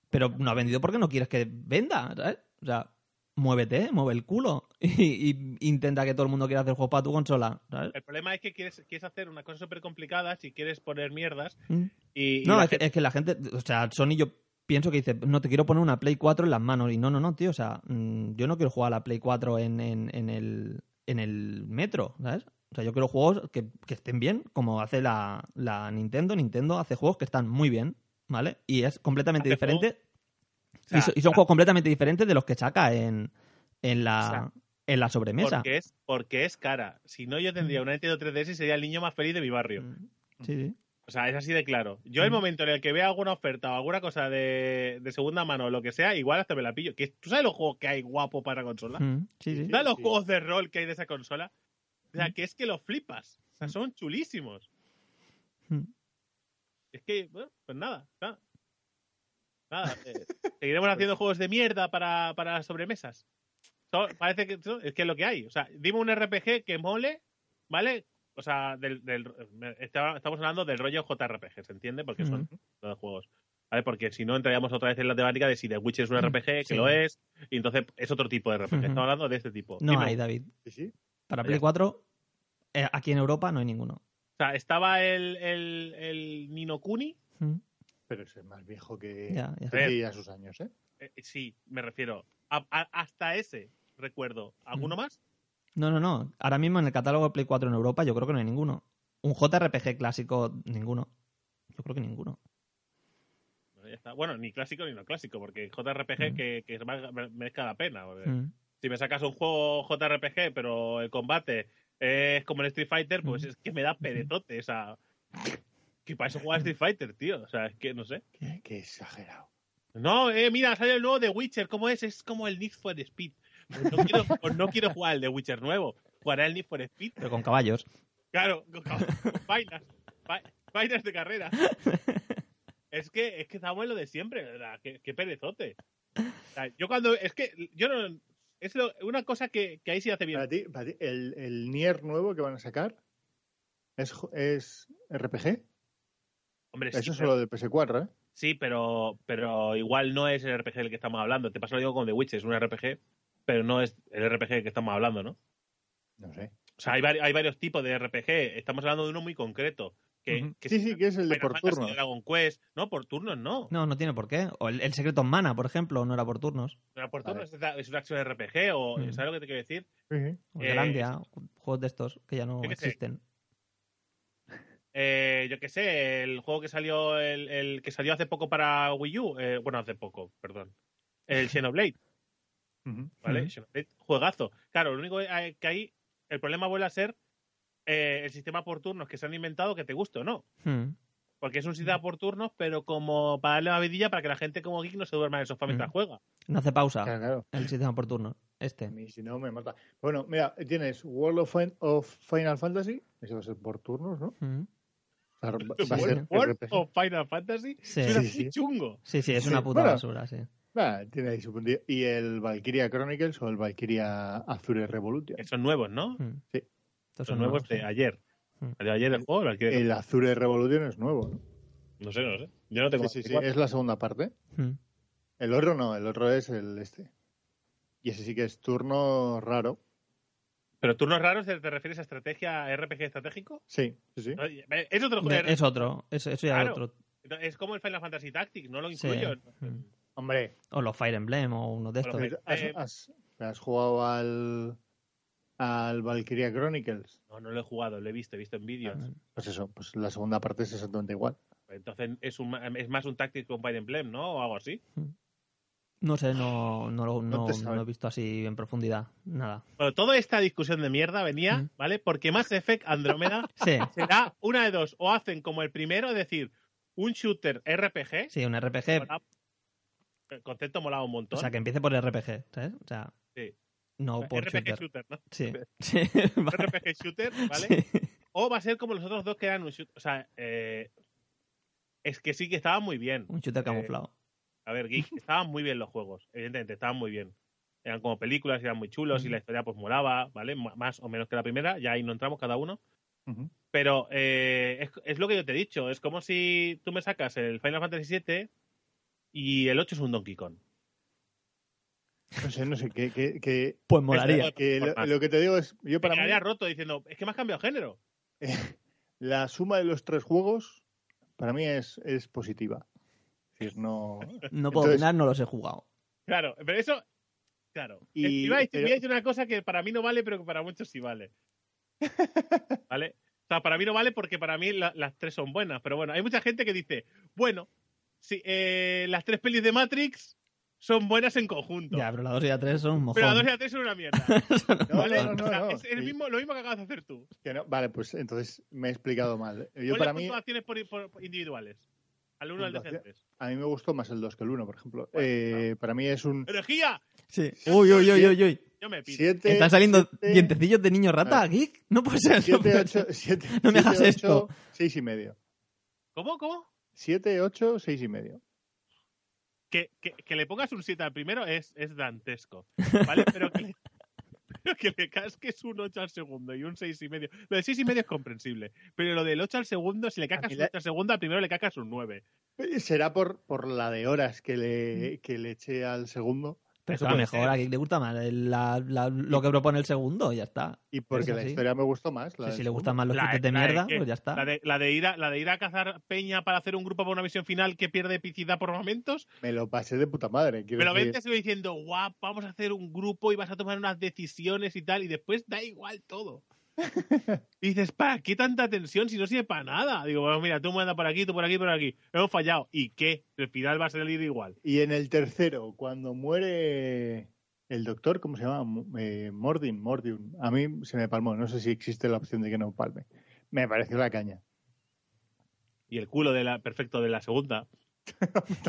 Speaker 5: Pero no ha vendido porque no quieres que venda, ¿sabes? O sea, muévete, mueve el culo y, y intenta que todo el mundo quiera hacer juegos para tu consola, ¿sabes?
Speaker 2: El problema es que quieres, quieres hacer una cosa súper complicada si quieres poner mierdas
Speaker 5: Mm.
Speaker 2: y, y
Speaker 5: No,
Speaker 2: la
Speaker 5: es que,
Speaker 2: gente-
Speaker 5: es que la gente, o sea, Sony yo pienso que dice, no te quiero poner una Play 4 en las manos. Y no, no, no, tío, o sea, mm, yo no quiero jugar a la Play 4 en, en, en el, en el metro, ¿sabes? O sea, yo quiero juegos que, que estén bien, como hace la, la Nintendo. Nintendo hace juegos que están muy bien, ¿vale? Y es completamente
Speaker 2: Hace
Speaker 5: diferente.
Speaker 2: o
Speaker 5: y,
Speaker 2: sea,
Speaker 5: so- y son juegos completamente diferentes de los que saca en, en, la,
Speaker 2: O sea,
Speaker 5: en la sobremesa.
Speaker 2: porque es, porque es cara. Si no, yo tendría una Nintendo 3DS y sería el niño más feliz de mi barrio.
Speaker 5: Mm, Sí, sí.
Speaker 2: O sea, es así de claro. Yo el
Speaker 5: Mm.
Speaker 2: momento en el que vea alguna oferta o alguna cosa de, de segunda mano o lo que sea, igual hasta me la pillo. Que, ¿Tú sabes los juegos que hay guapo para consola?
Speaker 5: Mm, sí, sí.
Speaker 2: ¿Tú sabes los
Speaker 4: sí.
Speaker 2: juegos de rol que hay de esa consola? O sea, que es que los flipas. O sea, son chulísimos.
Speaker 5: Mm.
Speaker 2: Es que, bueno, pues nada, nada. Nada, eh, seguiremos haciendo juegos de mierda para, para sobremesas. So- parece que so- es que es lo que hay. O sea, dime un RPG que mole, ¿vale? O sea, del, del- me- está- estamos hablando del rollo JRPG, ¿se entiende? Porque son los juegos. ¿Vale? Porque si no entraríamos otra vez en la temática de si The Witcher es un
Speaker 5: Mm,
Speaker 2: RPG, que
Speaker 5: sí.
Speaker 2: lo es, y entonces es otro tipo de RPG.
Speaker 5: Ujú.
Speaker 2: Estamos hablando de este tipo.
Speaker 5: No
Speaker 2: Dime,
Speaker 5: hay, David.
Speaker 4: Sí, sí.
Speaker 5: Para
Speaker 2: Ya
Speaker 5: Play
Speaker 2: está.
Speaker 5: 4, eh, aquí en Europa no hay ninguno.
Speaker 2: O sea, estaba el, el, el Nino Kuni.
Speaker 5: Mm,
Speaker 4: Pero ese es más viejo que,
Speaker 5: Ya, ya.
Speaker 4: que
Speaker 2: Ver.
Speaker 4: tiene ya sus años, ¿eh?
Speaker 2: Eh, sí, me refiero. A- a- hasta ese, recuerdo.
Speaker 5: Mm.
Speaker 2: ¿Alguno más?
Speaker 5: No, no, no. Ahora mismo en el catálogo de Play 4 en Europa yo creo que no hay ninguno. Un JRPG clásico, ninguno. Yo creo que ninguno.
Speaker 2: No, ya está. Bueno, ni clásico ni no clásico, porque JRPG
Speaker 5: Mm.
Speaker 2: que, que valga- me- merezca la pena. porque
Speaker 5: Mm.
Speaker 2: Si me sacas un juego JRPG, pero el combate es como el Street Fighter, pues
Speaker 5: Mm.
Speaker 2: es que me da perezote. O sea, que para eso jugar Street Fighter, tío. O sea, es que no sé.
Speaker 4: Qué, qué exagerado.
Speaker 2: No, eh, mira, sale el nuevo de Witcher. ¿Cómo es? Es como el Need for Speed. Pues no quiero, pues no quiero jugar el de Witcher nuevo. Jugaré el Need for Speed.
Speaker 5: Pero con caballos.
Speaker 2: Claro, con cab- con vainas. va- Vainas de carrera. Es que, es que estamos en lo de siempre, ¿verdad? Qué, qué perezote. O sea, yo cuando. Es que. Yo no. Es lo- una cosa que, que ahí sí hace
Speaker 4: Para
Speaker 2: bien.
Speaker 4: ti, para ti, el, el Nier nuevo que van a sacar es, jo- es RPG.
Speaker 2: Hombre, sí,
Speaker 4: Eso es
Speaker 2: pero,
Speaker 4: solo de PS4, ¿eh?
Speaker 2: sí, pero, pero igual no es el RPG del que estamos hablando. Te pasa lo digo con The Witcher, es un RPG, pero no es el RPG del que estamos hablando, ¿no?
Speaker 4: No sé.
Speaker 2: O sea, hay, vari- hay varios tipos de RPG. Estamos hablando de uno muy concreto. Que,
Speaker 4: Ujú.
Speaker 2: que
Speaker 4: sí, sí, que es el de
Speaker 2: Final
Speaker 4: por
Speaker 2: Fantasy,
Speaker 4: turno.
Speaker 2: Dragon Quest. No, por turnos no.
Speaker 5: No, no tiene por qué. O el, el Secreto en Mana, por ejemplo, no era por turnos.
Speaker 2: Pero por
Speaker 4: Vale.
Speaker 2: turnos es da- es una acción RPG o
Speaker 5: Mm.
Speaker 2: ¿sabes lo que te quiero decir?
Speaker 4: Sí, sí.
Speaker 5: O
Speaker 2: Eh,
Speaker 5: Grandia, juegos de estos que ya no
Speaker 2: yo qué sé.
Speaker 5: existen.
Speaker 2: eh, yo qué sé, el juego que salió el, el que salió hace poco para Wii U, eh, bueno, hace poco, perdón, el Xenoblade,
Speaker 4: Ujú.
Speaker 2: ¿vale?
Speaker 5: Ujú.
Speaker 2: Xenoblade, juegazo. Claro, lo único que hay- que ahí, el problema vuelve a ser eh, el sistema por turnos que se han inventado que te guste o no.
Speaker 5: Hmm.
Speaker 2: Porque es un sistema por turnos, pero como para darle una vidilla para que la gente como geek no se duerma en el sofá mientras
Speaker 5: Ujú.
Speaker 2: juega.
Speaker 5: No hace pausa
Speaker 4: Claro, claro.
Speaker 5: el sistema por turno. Este.
Speaker 4: A mí, si no, me mata. Bueno, mira, tienes World of, Fin- of Final Fantasy. Eso va a ser por turnos, ¿no?
Speaker 5: Hmm.
Speaker 4: O sea, va a ser
Speaker 2: World World
Speaker 4: RPG.
Speaker 2: of Final Fantasy
Speaker 5: Sí.
Speaker 2: suena
Speaker 4: Sí,
Speaker 2: muy
Speaker 4: sí.
Speaker 2: chungo.
Speaker 5: Sí, sí, es una
Speaker 4: Sí,
Speaker 5: puta
Speaker 4: bueno.
Speaker 5: basura, sí.
Speaker 4: Ah, tiene ahí su puntillo. Y el Valkyria Chronicles o el Valkyria Azure Revolution.
Speaker 2: Que son nuevos, ¿no?
Speaker 5: Hmm.
Speaker 4: Sí.
Speaker 5: Estos
Speaker 2: Son nuevos de
Speaker 5: sí.
Speaker 2: ayer.
Speaker 5: Mm.
Speaker 2: Salió ayer el juego, el que-
Speaker 4: El Azure Revolution es nuevo, ¿no?
Speaker 2: no sé, no sé. Yo no tengo
Speaker 4: Sí, sí, sí,
Speaker 2: 24.
Speaker 4: es la segunda parte.
Speaker 5: Hmm.
Speaker 4: El otro no, el otro es el este. Y ese sí que es turno raro.
Speaker 2: Pero turnos raros te, te refieres a estrategia RPG estratégico?
Speaker 4: Sí, sí, sí.
Speaker 2: No, Es otro
Speaker 5: De-
Speaker 2: juego.
Speaker 5: Es otro, es, eso ya es
Speaker 2: Claro.
Speaker 5: otro.
Speaker 2: Es como el Final Fantasy Tactics, no lo
Speaker 5: Sí.
Speaker 2: incluyo.
Speaker 5: Hmm.
Speaker 4: Hombre,
Speaker 5: O los Fire Emblem o uno de
Speaker 2: O los
Speaker 5: estos.
Speaker 2: Fire-
Speaker 4: ¿has,
Speaker 2: Eh,
Speaker 4: has- has jugado al, al Valkyria Chronicles?
Speaker 2: No, no lo he jugado, lo he visto, he visto en vídeos.
Speaker 5: Ah,
Speaker 4: Pues eso, pues la segunda parte es exactamente igual.
Speaker 2: Entonces es, un, es más un Tactics con Fire Emblem, ¿no? O algo así.
Speaker 5: No sé, no, no, lo-
Speaker 4: No
Speaker 5: no,
Speaker 4: te sabe.
Speaker 5: no he visto así en profundidad. Nada.
Speaker 2: Bueno, toda esta discusión de mierda venía,
Speaker 5: Mm.
Speaker 2: ¿vale? Porque Mass Effect Andromeda
Speaker 5: Sí,
Speaker 2: será una de dos. O hacen como el primero, es decir, un shooter RPG.
Speaker 5: sí, un RPG.
Speaker 2: Mola- el concepto molaba Eh, un montón. Eh,
Speaker 5: O sea, que empiece por RPG, ¿sabes? O sea,
Speaker 2: Sí.
Speaker 5: no por
Speaker 2: RPG
Speaker 5: shooter.
Speaker 2: shooter, ¿no?
Speaker 5: Sí. sí. vale.
Speaker 2: RPG shooter, ¿vale?
Speaker 5: Sí.
Speaker 2: O va a ser como los otros dos que eran un shooter. O sea, eh, es que sí que estaban muy bien.
Speaker 5: Un shooter camuflado.
Speaker 2: A ver, Geek, estaban muy bien los juegos. Evidentemente, estaban muy bien. Eran como películas, eran muy chulos y la historia pues molaba, ¿vale? M- más o menos que la primera, ya ahí no entramos cada uno.
Speaker 4: Ujú.
Speaker 2: Pero eh, es, es lo que yo te he dicho. Es como si tú me sacas el Final Fantasy VII y el 8 es un Donkey Kong.
Speaker 4: No sé, no sé, que, que, que-
Speaker 5: Pues molaría.
Speaker 4: que lo, lo que te digo es, yo
Speaker 2: Para
Speaker 4: para
Speaker 2: me
Speaker 4: mí,
Speaker 2: quedaría roto diciendo, es que me has cambiado género.
Speaker 4: la suma de los tres juegos, para mí es, es positiva. Es decir, no...
Speaker 5: No puedo
Speaker 4: Entonces-
Speaker 5: opinar, no los he jugado.
Speaker 2: Claro, pero eso. Claro.
Speaker 4: Y-
Speaker 2: Es que iba, a decir,
Speaker 4: pero-
Speaker 2: voy a decir una cosa que para mí no vale, pero que para muchos sí vale. ¿Vale? O sea, para mí no vale porque para mí la- las tres son buenas. Pero bueno, hay mucha gente que dice, bueno, sí, eh, las tres pelis de Matrix son buenas en conjunto.
Speaker 5: Ya, pero la 2 y la 3 son un mojón.
Speaker 2: pero las dos y la tres son una mierda.
Speaker 4: No,
Speaker 2: ¿vale?
Speaker 4: no, no,
Speaker 2: O sea,
Speaker 4: no,
Speaker 2: es el
Speaker 4: sí,
Speaker 2: mismo, lo mismo que acabas de hacer tú.
Speaker 4: que no. Vale, pues entonces me he explicado mal. Yo
Speaker 2: Pon
Speaker 4: para
Speaker 2: las
Speaker 4: mí...
Speaker 2: puntuaciones por, por- por individuales. Al uno al
Speaker 4: Puntuación.
Speaker 2: decentes.
Speaker 4: A mí me gustó más el 2 que el 1, por ejemplo.
Speaker 2: Bueno,
Speaker 4: Eh, Para mí es un
Speaker 2: ¡Energía!
Speaker 5: Sí. Uy, uy, uy, uy, uy.
Speaker 2: Yo me pido.
Speaker 4: 7,
Speaker 5: ¿Están saliendo
Speaker 4: siete-
Speaker 5: dientecillos de niño
Speaker 4: A
Speaker 5: rata,
Speaker 4: ver.
Speaker 5: Geek? No puede ser. no
Speaker 4: 7,
Speaker 5: puede
Speaker 4: 8,
Speaker 5: ser.
Speaker 4: 7.
Speaker 5: No me hagas esto.
Speaker 4: 6 y medio.
Speaker 2: ¿Cómo? ¿Cómo?
Speaker 4: 7, 8, 6 y medio.
Speaker 2: que, que, que le pongas un 7 al primero es, es dantesco, ¿vale? Pero que, le, pero que le casques un 8 al segundo y un 6 y medio. Lo del 6 y medio es comprensible, pero lo del 8 al segundo, si le
Speaker 4: A
Speaker 2: cascas
Speaker 4: mí
Speaker 2: un
Speaker 4: la-
Speaker 2: 8 al segundo, al primero le cascas un 9.
Speaker 4: Eh, Será por, por la de horas que
Speaker 5: Mm.
Speaker 4: le, que le eché al segundo
Speaker 5: Pero eso
Speaker 2: Puede
Speaker 5: que mejor,
Speaker 2: ser.
Speaker 5: a Geek le gusta más el- la- la- lo que propone el segundo, y ya está.
Speaker 4: y porque
Speaker 5: Eso
Speaker 4: la
Speaker 5: sí.
Speaker 4: historia me gustó más.
Speaker 5: Sí,
Speaker 4: La del
Speaker 5: si le gustan
Speaker 4: segundo.
Speaker 5: más los
Speaker 2: La-
Speaker 5: chistes de
Speaker 2: la de
Speaker 5: mierda,
Speaker 2: que-
Speaker 5: pues ya está.
Speaker 2: La de, la, de ir a, la de ir a cazar peña para hacer un grupo para una misión final que pierde epicidad por momentos,
Speaker 4: Me lo pasé de puta madre. quiero
Speaker 2: pero
Speaker 4: decir.
Speaker 2: vente se va diciendo, guau, vamos a hacer un grupo y vas a tomar unas decisiones y tal, y después da igual todo. Y dices, ¿para qué tanta tensión si no sirve para nada? Digo, bueno, mira, tú me andas por aquí, tú por aquí, por aquí. Hemos fallado. ¿Y qué? El final va a salir igual.
Speaker 4: Y en el tercero, cuando muere el doctor, ¿cómo se llama? Mo- eh, Mordin, Mordium. A mí se me palmó. No sé si existe la opción de que no palme. Me pareció la caña.
Speaker 2: Y el culo de la, perfecto de la segunda.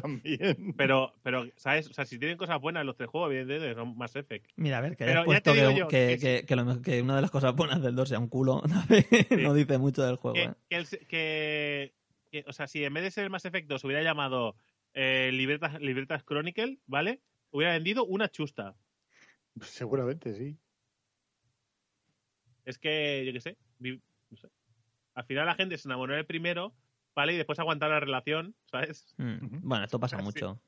Speaker 4: También.
Speaker 2: Pero, pero, ¿sabes? O sea, si tienen cosas buenas los tres juegos, evidentemente son más Effect.
Speaker 5: Mira, a ver, que
Speaker 2: Pero
Speaker 5: hayas
Speaker 2: ya te
Speaker 5: puesto que,
Speaker 2: digo yo
Speaker 5: que-
Speaker 2: que-
Speaker 5: que- que lo mejor- que una de las cosas buenas del 2 sea un culo, no dice mucho del juego.
Speaker 2: Que,
Speaker 5: ¿eh?
Speaker 2: que el se- que- que- o sea, si en vez de ser el Mass Effect 2 hubiera llamado eh, Libertas, Libertas Chronicle, ¿vale? Hubiera vendido una chusta.
Speaker 4: Seguramente sí.
Speaker 2: Es que, yo qué sé, vi- no sé. Al final la gente se enamoró del primero, ¿vale? Y después aguantaron la relación, ¿sabes?
Speaker 5: Mm,
Speaker 4: Ujú.
Speaker 5: Bueno, esto pasa
Speaker 2: Ah, sí.
Speaker 5: mucho.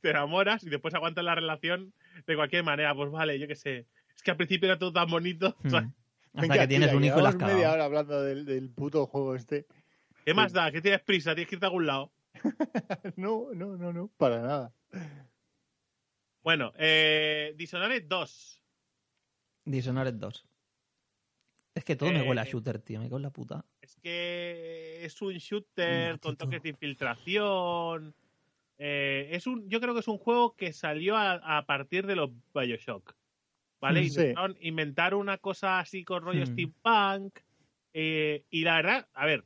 Speaker 2: Te enamoras y después aguantas la relación de cualquier manera. Pues vale, yo qué sé. Es que al principio era todo tan bonito.
Speaker 5: Mm.
Speaker 2: ¿sabes?
Speaker 5: Hasta
Speaker 4: Venga,
Speaker 5: que tienes
Speaker 4: tira,
Speaker 5: un hijo y la has
Speaker 4: llevamos
Speaker 5: cagado.
Speaker 4: media hora hablando del, del puto juego este.
Speaker 2: ¿Qué más da? ¿Qué tienes prisa? ¿Tienes que irte a algún lado?
Speaker 4: No, no, no, no, para nada.
Speaker 2: Bueno, eh, Dishonored 2.
Speaker 5: Dishonored 2. Es que todo me
Speaker 2: Eh,
Speaker 5: huele a
Speaker 2: eh.
Speaker 5: shooter, tío. Me cago en la puta.
Speaker 2: Es que es un shooter con toques de infiltración. Eh, es un, yo creo que es un juego que salió a, a partir de los Bioshock. ¿Vale?
Speaker 4: Sí.
Speaker 2: Intentaron inventar una cosa así con rollo
Speaker 5: Hmm.
Speaker 2: steampunk. eh, y la verdad, a ver,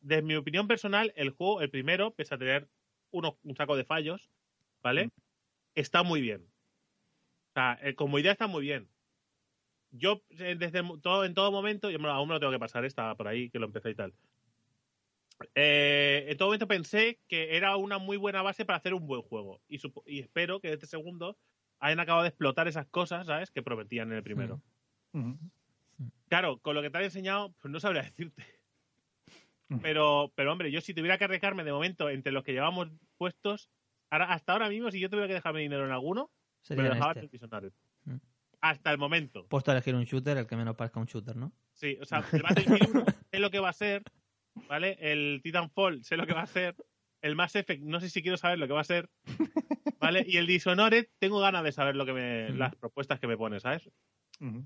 Speaker 2: desde mi opinión personal, el juego, el primero, pese a tener uno- un saco de fallos, ¿vale? Está muy bien. O sea, eh, como idea está muy bien. Yo, eh, desde mo- todo, en todo momento, yo me lo- aún me lo tengo que pasar, está por ahí, que lo empecé y tal. Eh, en todo momento pensé que era una muy buena base para hacer un buen juego. Y, supo- y espero que en este segundo hayan acabado de explotar esas cosas, ¿sabes? Que prometían en el primero.
Speaker 4: Ujú.
Speaker 2: Claro, con lo que te han enseñado, pues no sabría decirte. Pero, pero hombre, yo si tuviera que arriesgarme de momento entre los que llevamos puestos, ahora, hasta ahora mismo, si yo tuviera que dejarme dinero en alguno, me lo
Speaker 5: Sería
Speaker 2: dejaba en el
Speaker 5: este.
Speaker 2: Dishonored.
Speaker 5: Mm.
Speaker 2: Hasta el momento.
Speaker 5: Puesto a elegir un shooter, el que menos parezca un shooter, ¿no?
Speaker 2: Sí, o sea, el Battlefield 1 sé lo que va a ser, ¿vale? El Titanfall sé lo que va a ser. El Mass Effect no sé si quiero saber lo que va a ser, ¿vale? Y el Dishonored tengo ganas de saber lo que me,
Speaker 5: Mm.
Speaker 2: las propuestas que me pone, ¿sabes?
Speaker 4: Ujú.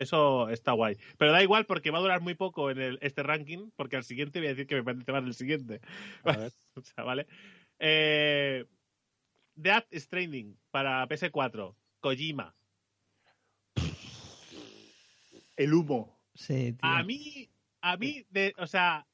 Speaker 2: Eso está guay. Pero da igual porque va a durar muy poco en el, este ranking, porque al siguiente voy a decir que me parece más del siguiente.
Speaker 4: A ver.
Speaker 2: O sea, ¿vale? Eh, Death Stranding para PS4. Kojima.
Speaker 4: El humo.
Speaker 5: Sí, tío.
Speaker 2: A mí, a mí, de, o sea,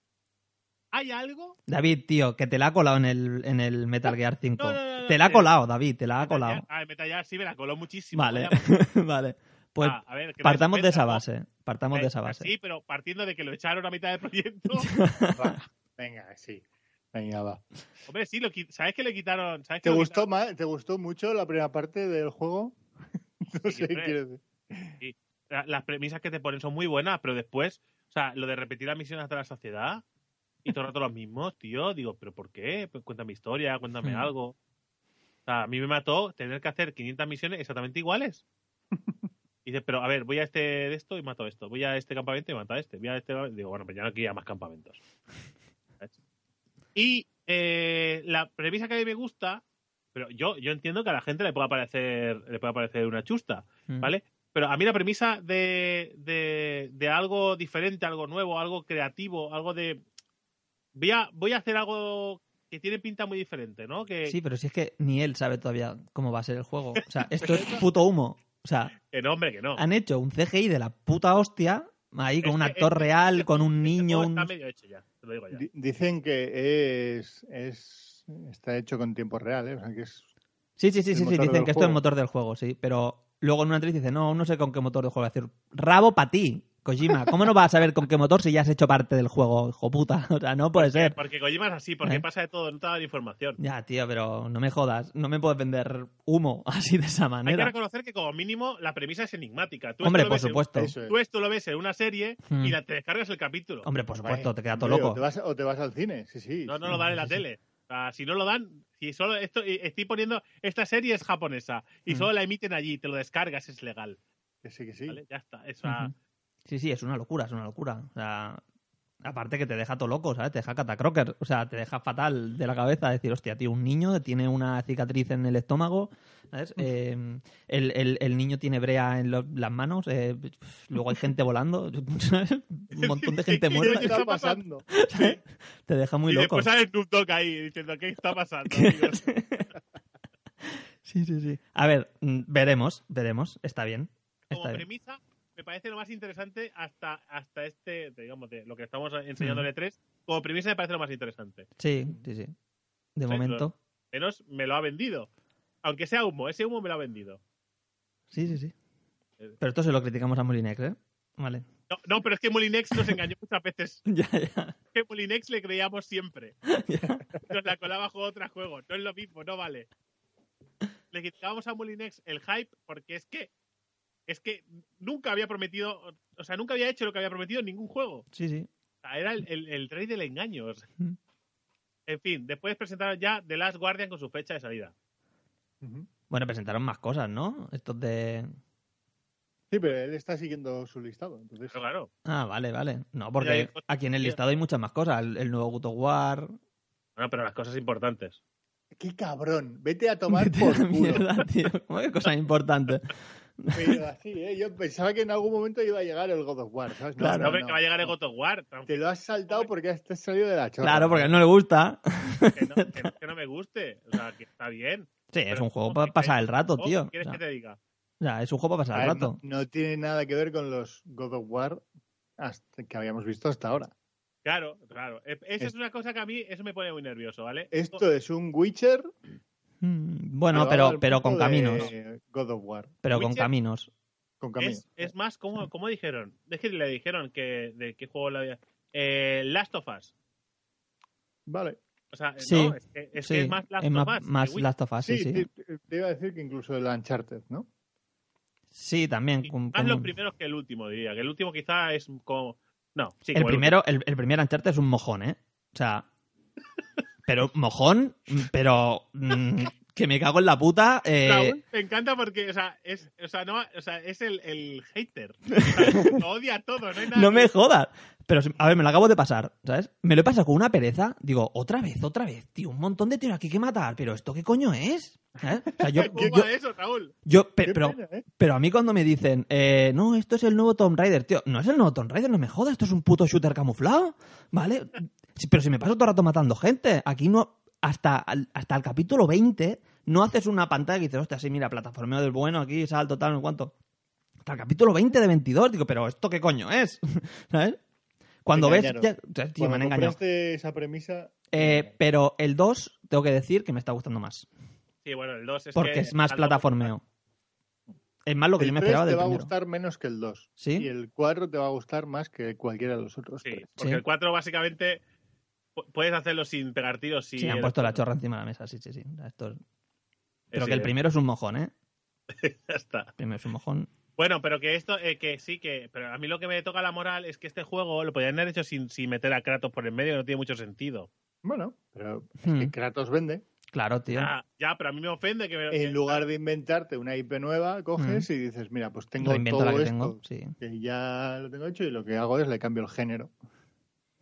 Speaker 2: ¿hay algo?
Speaker 5: David, tío, que te la ha colado en el, en el Metal Gear 5.
Speaker 2: No, no, no, no,
Speaker 5: te la ha
Speaker 2: eh,
Speaker 5: colado, David, te la ha
Speaker 2: Metal Gear-
Speaker 5: colado.
Speaker 2: Ah, el Metal Gear sí me la coló muchísimo.
Speaker 5: Vale,
Speaker 2: vaya.
Speaker 5: vale. Pues
Speaker 2: Ah, a ver, que no
Speaker 5: partamos de
Speaker 2: descuenta,
Speaker 5: esa
Speaker 2: ¿no?
Speaker 5: base. Partamos de esa
Speaker 2: Eh,
Speaker 5: base.
Speaker 2: Sí, pero partiendo de que lo echaron a mitad del proyecto.
Speaker 4: Va, Venga, sí. Venga, va.
Speaker 2: hombre, sí, lo, qui- ¿sabes que le quitaron? ¿sabes que
Speaker 4: ¿Te
Speaker 2: lo
Speaker 4: gustó, ma- ¿Te gustó mucho la primera parte del juego? No
Speaker 2: Sí,
Speaker 4: sé qué
Speaker 2: hombre.
Speaker 4: quiero decir.
Speaker 2: la- las premisas que te ponen son muy buenas, pero después, o sea, lo de repetir las misiones hasta la saciedad y todo el rato los mismos, tío, digo, ¿pero por qué? Pues cuéntame historia, cuéntame
Speaker 5: Hmm.
Speaker 2: algo. O sea, a mí me mató tener que hacer 500 misiones exactamente iguales. Y dices, pero a ver, voy a este de esto y mato a esto, voy a este campamento y mato a este, voy a este. Digo, bueno, pues ya no quiero ir a más campamentos. ¿Sabes? Y eh, la premisa que a mí me gusta, pero yo, yo entiendo que a la gente le pueda parecer, le pueda parecer una chusta,
Speaker 5: Mm.
Speaker 2: ¿vale? Pero a mí la premisa de, de, de algo diferente, algo nuevo, algo creativo, algo de... Voy a, voy a hacer algo que tiene pinta muy diferente, ¿no? Que,
Speaker 5: Sí, pero si es que ni él sabe todavía cómo va a ser el juego. O sea, esto es puto humo. O sea,
Speaker 2: que no, hombre, que no.
Speaker 5: han hecho un CGI de la puta hostia, ahí con
Speaker 2: Es
Speaker 5: un
Speaker 2: que-
Speaker 5: actor
Speaker 2: es que-
Speaker 5: real, con un
Speaker 2: Este
Speaker 5: niño,
Speaker 2: juego
Speaker 5: un...
Speaker 2: Está medio hecho ya, te lo digo ya.
Speaker 4: Di- Dicen que es, es está hecho con tiempo real, ¿eh? O sea, que es
Speaker 5: Sí, sí, sí,
Speaker 4: el
Speaker 5: sí, sí,
Speaker 4: motor
Speaker 5: dicen que
Speaker 4: del
Speaker 5: esto es
Speaker 4: juego.
Speaker 5: motor del juego, sí, pero luego en una entrevista dice, no, no sé con qué motor del juego, va a decir, rabo para ti, Kojima, ¿cómo no vas a saber con qué motor si ya has hecho parte del juego, hijo puta? O sea, no puede ser.
Speaker 2: Porque Kojima es así, porque
Speaker 5: ¿Eh?
Speaker 2: pasa de todo, no te da la información.
Speaker 5: Ya, tío, pero no me jodas, no me puedes vender humo así de esa
Speaker 2: Hay que
Speaker 5: manera.
Speaker 2: reconocer que como mínimo la premisa es enigmática. Tú esto
Speaker 5: Hombre,
Speaker 2: lo
Speaker 5: por
Speaker 2: ves en-
Speaker 5: supuesto.
Speaker 4: eso es.
Speaker 2: tú esto lo ves en una serie
Speaker 5: Hmm.
Speaker 2: y la, te descargas el capítulo.
Speaker 5: Hombre, por
Speaker 2: Pues
Speaker 5: supuesto,
Speaker 4: Vale.
Speaker 5: te queda todo
Speaker 4: Hombre,
Speaker 5: loco.
Speaker 4: O te, vas, o te vas al cine, sí, sí.
Speaker 2: No, no lo dan en la tele. O sea, si no lo dan, si solo esto, y estoy poniendo, esta serie es japonesa y
Speaker 5: Mm.
Speaker 2: solo la emiten allí, te lo descargas, es legal.
Speaker 4: Que sí, que sí.
Speaker 2: ¿vale? Ya está. O sea,
Speaker 5: Ujú. Sí, sí, es una locura, es una locura. O sea, aparte que te deja todo loco, ¿sabes? Te deja catacroker, o sea, te deja fatal de la cabeza decir, hostia, tío, un niño tiene una cicatriz en el estómago, ¿sabes? Eh, el, el- el niño tiene brea en lo- las manos, eh, pf, luego hay gente volando, ¿sabes? un montón de gente
Speaker 4: ¿Qué
Speaker 5: muerta,
Speaker 4: está pasando?
Speaker 5: ¿sabes? Te deja muy
Speaker 2: y
Speaker 5: loco.
Speaker 2: después sale Snoop Dogg ahí diciendo, ¿qué está pasando? amigos?".
Speaker 5: Sí, sí, sí. A ver, mm, veremos, veremos, está bien.
Speaker 2: Como
Speaker 5: Está bien.
Speaker 2: premisa, me parece lo más interesante hasta, hasta este, digamos, de lo que estamos enseñando en E3. Como premisa me parece lo más interesante.
Speaker 5: Sí, sí, sí.
Speaker 2: Sí,
Speaker 5: De momento.
Speaker 2: Menos me lo ha vendido. Aunque sea humo, ese humo me lo ha vendido.
Speaker 5: Sí, sí, sí.
Speaker 2: Eh.
Speaker 5: Pero esto se lo criticamos a Molinex, ¿eh? Vale.
Speaker 2: No, no, pero es que Molinex nos engañó muchas veces.
Speaker 5: Ya, ya.
Speaker 2: que Molinex le creíamos siempre. Nos la colaba juego tras juego. No es lo mismo, no vale. Le quitábamos a Molinex el hype porque es que es que nunca había prometido, o sea, nunca había hecho lo que había prometido en ningún juego. O
Speaker 5: Sí, sí.
Speaker 2: sea, era el, el, el rey del engaño. o sea.
Speaker 5: Mm.
Speaker 2: En fin, después presentaron ya The Last Guardian con su fecha de salida.
Speaker 4: Ujú.
Speaker 5: Bueno, presentaron más cosas, ¿no? Estos de.
Speaker 4: Sí, pero él está siguiendo su listado. Entonces,
Speaker 2: Pero claro,
Speaker 5: Ah, vale, vale. No,
Speaker 2: Ya hay
Speaker 5: porque
Speaker 2: cosas
Speaker 5: aquí en el
Speaker 2: que-
Speaker 5: listado hay muchas más cosas. El, el nuevo Guto War.
Speaker 2: no, pero las cosas importantes.
Speaker 4: qué cabrón. Vete a tomar
Speaker 5: Vete a
Speaker 4: por
Speaker 5: la
Speaker 4: culo.
Speaker 5: mierda, tío. ¿Cómo que cosas importantes?
Speaker 4: Pero así, ¿eh? Yo pensaba que en algún momento iba a llegar el God of War, ¿sabes? No,
Speaker 5: Claro,
Speaker 4: no,
Speaker 2: no, que
Speaker 4: no.
Speaker 2: va a llegar el God of War. tan-
Speaker 4: Te lo has saltado porque has te has salido de la chorra.
Speaker 5: Claro, porque no le gusta.
Speaker 2: Que no, que no- que no me guste. O sea, que está bien.
Speaker 5: Sí,
Speaker 2: Pero
Speaker 5: es un juego
Speaker 2: no,
Speaker 5: para
Speaker 2: que-
Speaker 5: pasar el rato,
Speaker 2: ¿Cómo
Speaker 5: Oh, tío. O
Speaker 2: ¿Quieres
Speaker 5: sea,
Speaker 2: que te diga?
Speaker 5: o sea, es un juego para
Speaker 4: A
Speaker 5: pasar el
Speaker 4: ver,
Speaker 5: rato.
Speaker 4: No, no tiene nada que ver con los God of War hasta- que habíamos visto hasta ahora.
Speaker 2: Claro, claro. E- Esa es una cosa que a mí eso me pone muy nervioso, ¿vale?
Speaker 4: Esto es un Witcher.
Speaker 5: Mm, Bueno, pero,
Speaker 4: al
Speaker 5: pero con
Speaker 4: punto de
Speaker 5: caminos.
Speaker 4: God of War,
Speaker 5: Pero con
Speaker 2: Witcher-
Speaker 5: caminos.
Speaker 4: con
Speaker 2: es,
Speaker 4: caminos.
Speaker 2: es más, ¿cómo, cómo dijeron? Es que le dijeron que de qué juego le había... Eh, Last of Us.
Speaker 4: Vale.
Speaker 2: O sea,
Speaker 5: Sí,
Speaker 2: no, es que es,
Speaker 5: Sí,
Speaker 2: que es más Last
Speaker 5: es más,
Speaker 2: of Us.
Speaker 5: más
Speaker 2: que Witcher.
Speaker 5: Last of Us, Ah, sí, sí.
Speaker 4: sí, Te, te iba a decir que incluso el Uncharted, ¿no?
Speaker 5: Sí, también.
Speaker 2: Y
Speaker 5: con-
Speaker 2: más
Speaker 5: con-
Speaker 2: los primeros que el último, diría. Que el último quizá es como... No, sí,
Speaker 5: el,
Speaker 2: como
Speaker 5: primero, el, el primer Uncharted es un mojón, ¿eh? O sea. Pero, mojón, pero. mm, que me cago en la puta. eh,
Speaker 2: Raúl, me encanta porque, o sea, es, o sea, no, o sea, es el, el hater. O sea, lo odia todo, no hay nada.
Speaker 5: no
Speaker 2: que-
Speaker 5: me jodas. Pero, si- a ver, me lo acabo de pasar, ¿sabes? Me lo he pasado con una pereza. Digo, otra vez, otra vez, tío, un montón de tíos aquí que matar. Pero, ¿esto qué coño es? ¿Sabes? O sea, yo,
Speaker 2: ¿Cómo
Speaker 5: yo, yo-
Speaker 2: va eso, Raúl?
Speaker 5: yo-
Speaker 4: Qué
Speaker 5: pe- pero,
Speaker 4: pena, ¿eh?
Speaker 5: pero a mí cuando me dicen, eh, no, esto es el nuevo Tomb Raider, tío, no es el nuevo Tomb Raider, no me jodas, esto es un puto shooter camuflado, ¿vale? Sí, Pero si me paso todo el rato matando gente, aquí no, hasta, al- hasta el capítulo 20, no haces una pantalla que dices, hostia, sí, mira, plataformeo del bueno, aquí salto, tal, no sé cuánto. Hasta el capítulo 20 de 22, digo, pero ¿esto qué coño es? ¿Sabes? Cuando
Speaker 4: Te
Speaker 5: ves,
Speaker 4: engañaron.
Speaker 5: ya- tío, me
Speaker 4: Cuando este
Speaker 5: han engañado.
Speaker 4: compraste esa premisa,
Speaker 5: Eh, pero el 2, tengo que decir que me está gustando más,
Speaker 2: Sí, bueno, el 2 es
Speaker 5: porque
Speaker 2: que-
Speaker 5: es más
Speaker 2: al-
Speaker 5: plataformeo. Es más lo que
Speaker 4: el
Speaker 5: yo me
Speaker 4: 3
Speaker 5: esperaba
Speaker 4: te
Speaker 5: del
Speaker 4: va a
Speaker 5: primero.
Speaker 4: gustar menos que el 2.
Speaker 5: ¿Sí?
Speaker 4: Y el 4 te va a gustar más que cualquiera de los otros.
Speaker 2: Sí,
Speaker 4: tres.
Speaker 2: porque
Speaker 5: Pues, Sí.
Speaker 2: el 4 básicamente pu- puedes hacerlo sin pegar tiros. Si
Speaker 5: Sí, han
Speaker 2: el-
Speaker 5: puesto la chorra encima de la mesa, sí, sí, sí. Esto es- Pero
Speaker 2: Sí,
Speaker 5: que el primero es un mojón, ¿eh?
Speaker 2: ya está.
Speaker 5: El primero es un mojón.
Speaker 2: Bueno, pero que esto, eh, que sí, que. Pero a mí lo que me toca la moral es que este juego lo podrían haber hecho sin, sin meter a Kratos por el medio, no tiene mucho sentido.
Speaker 4: Bueno, pero
Speaker 5: Hmm,
Speaker 4: que Kratos vende.
Speaker 5: Claro, tío.
Speaker 2: Ya, ya, pero a mí me ofende que me. que-
Speaker 5: Eh,
Speaker 4: En lugar de inventarte una IP nueva, coges y dices, mira, pues tengo
Speaker 5: Reinvento
Speaker 4: todo
Speaker 5: Hmm. la que
Speaker 4: esto
Speaker 5: tengo. Sí.
Speaker 4: que ya lo tengo hecho y lo que hago es le cambio el género.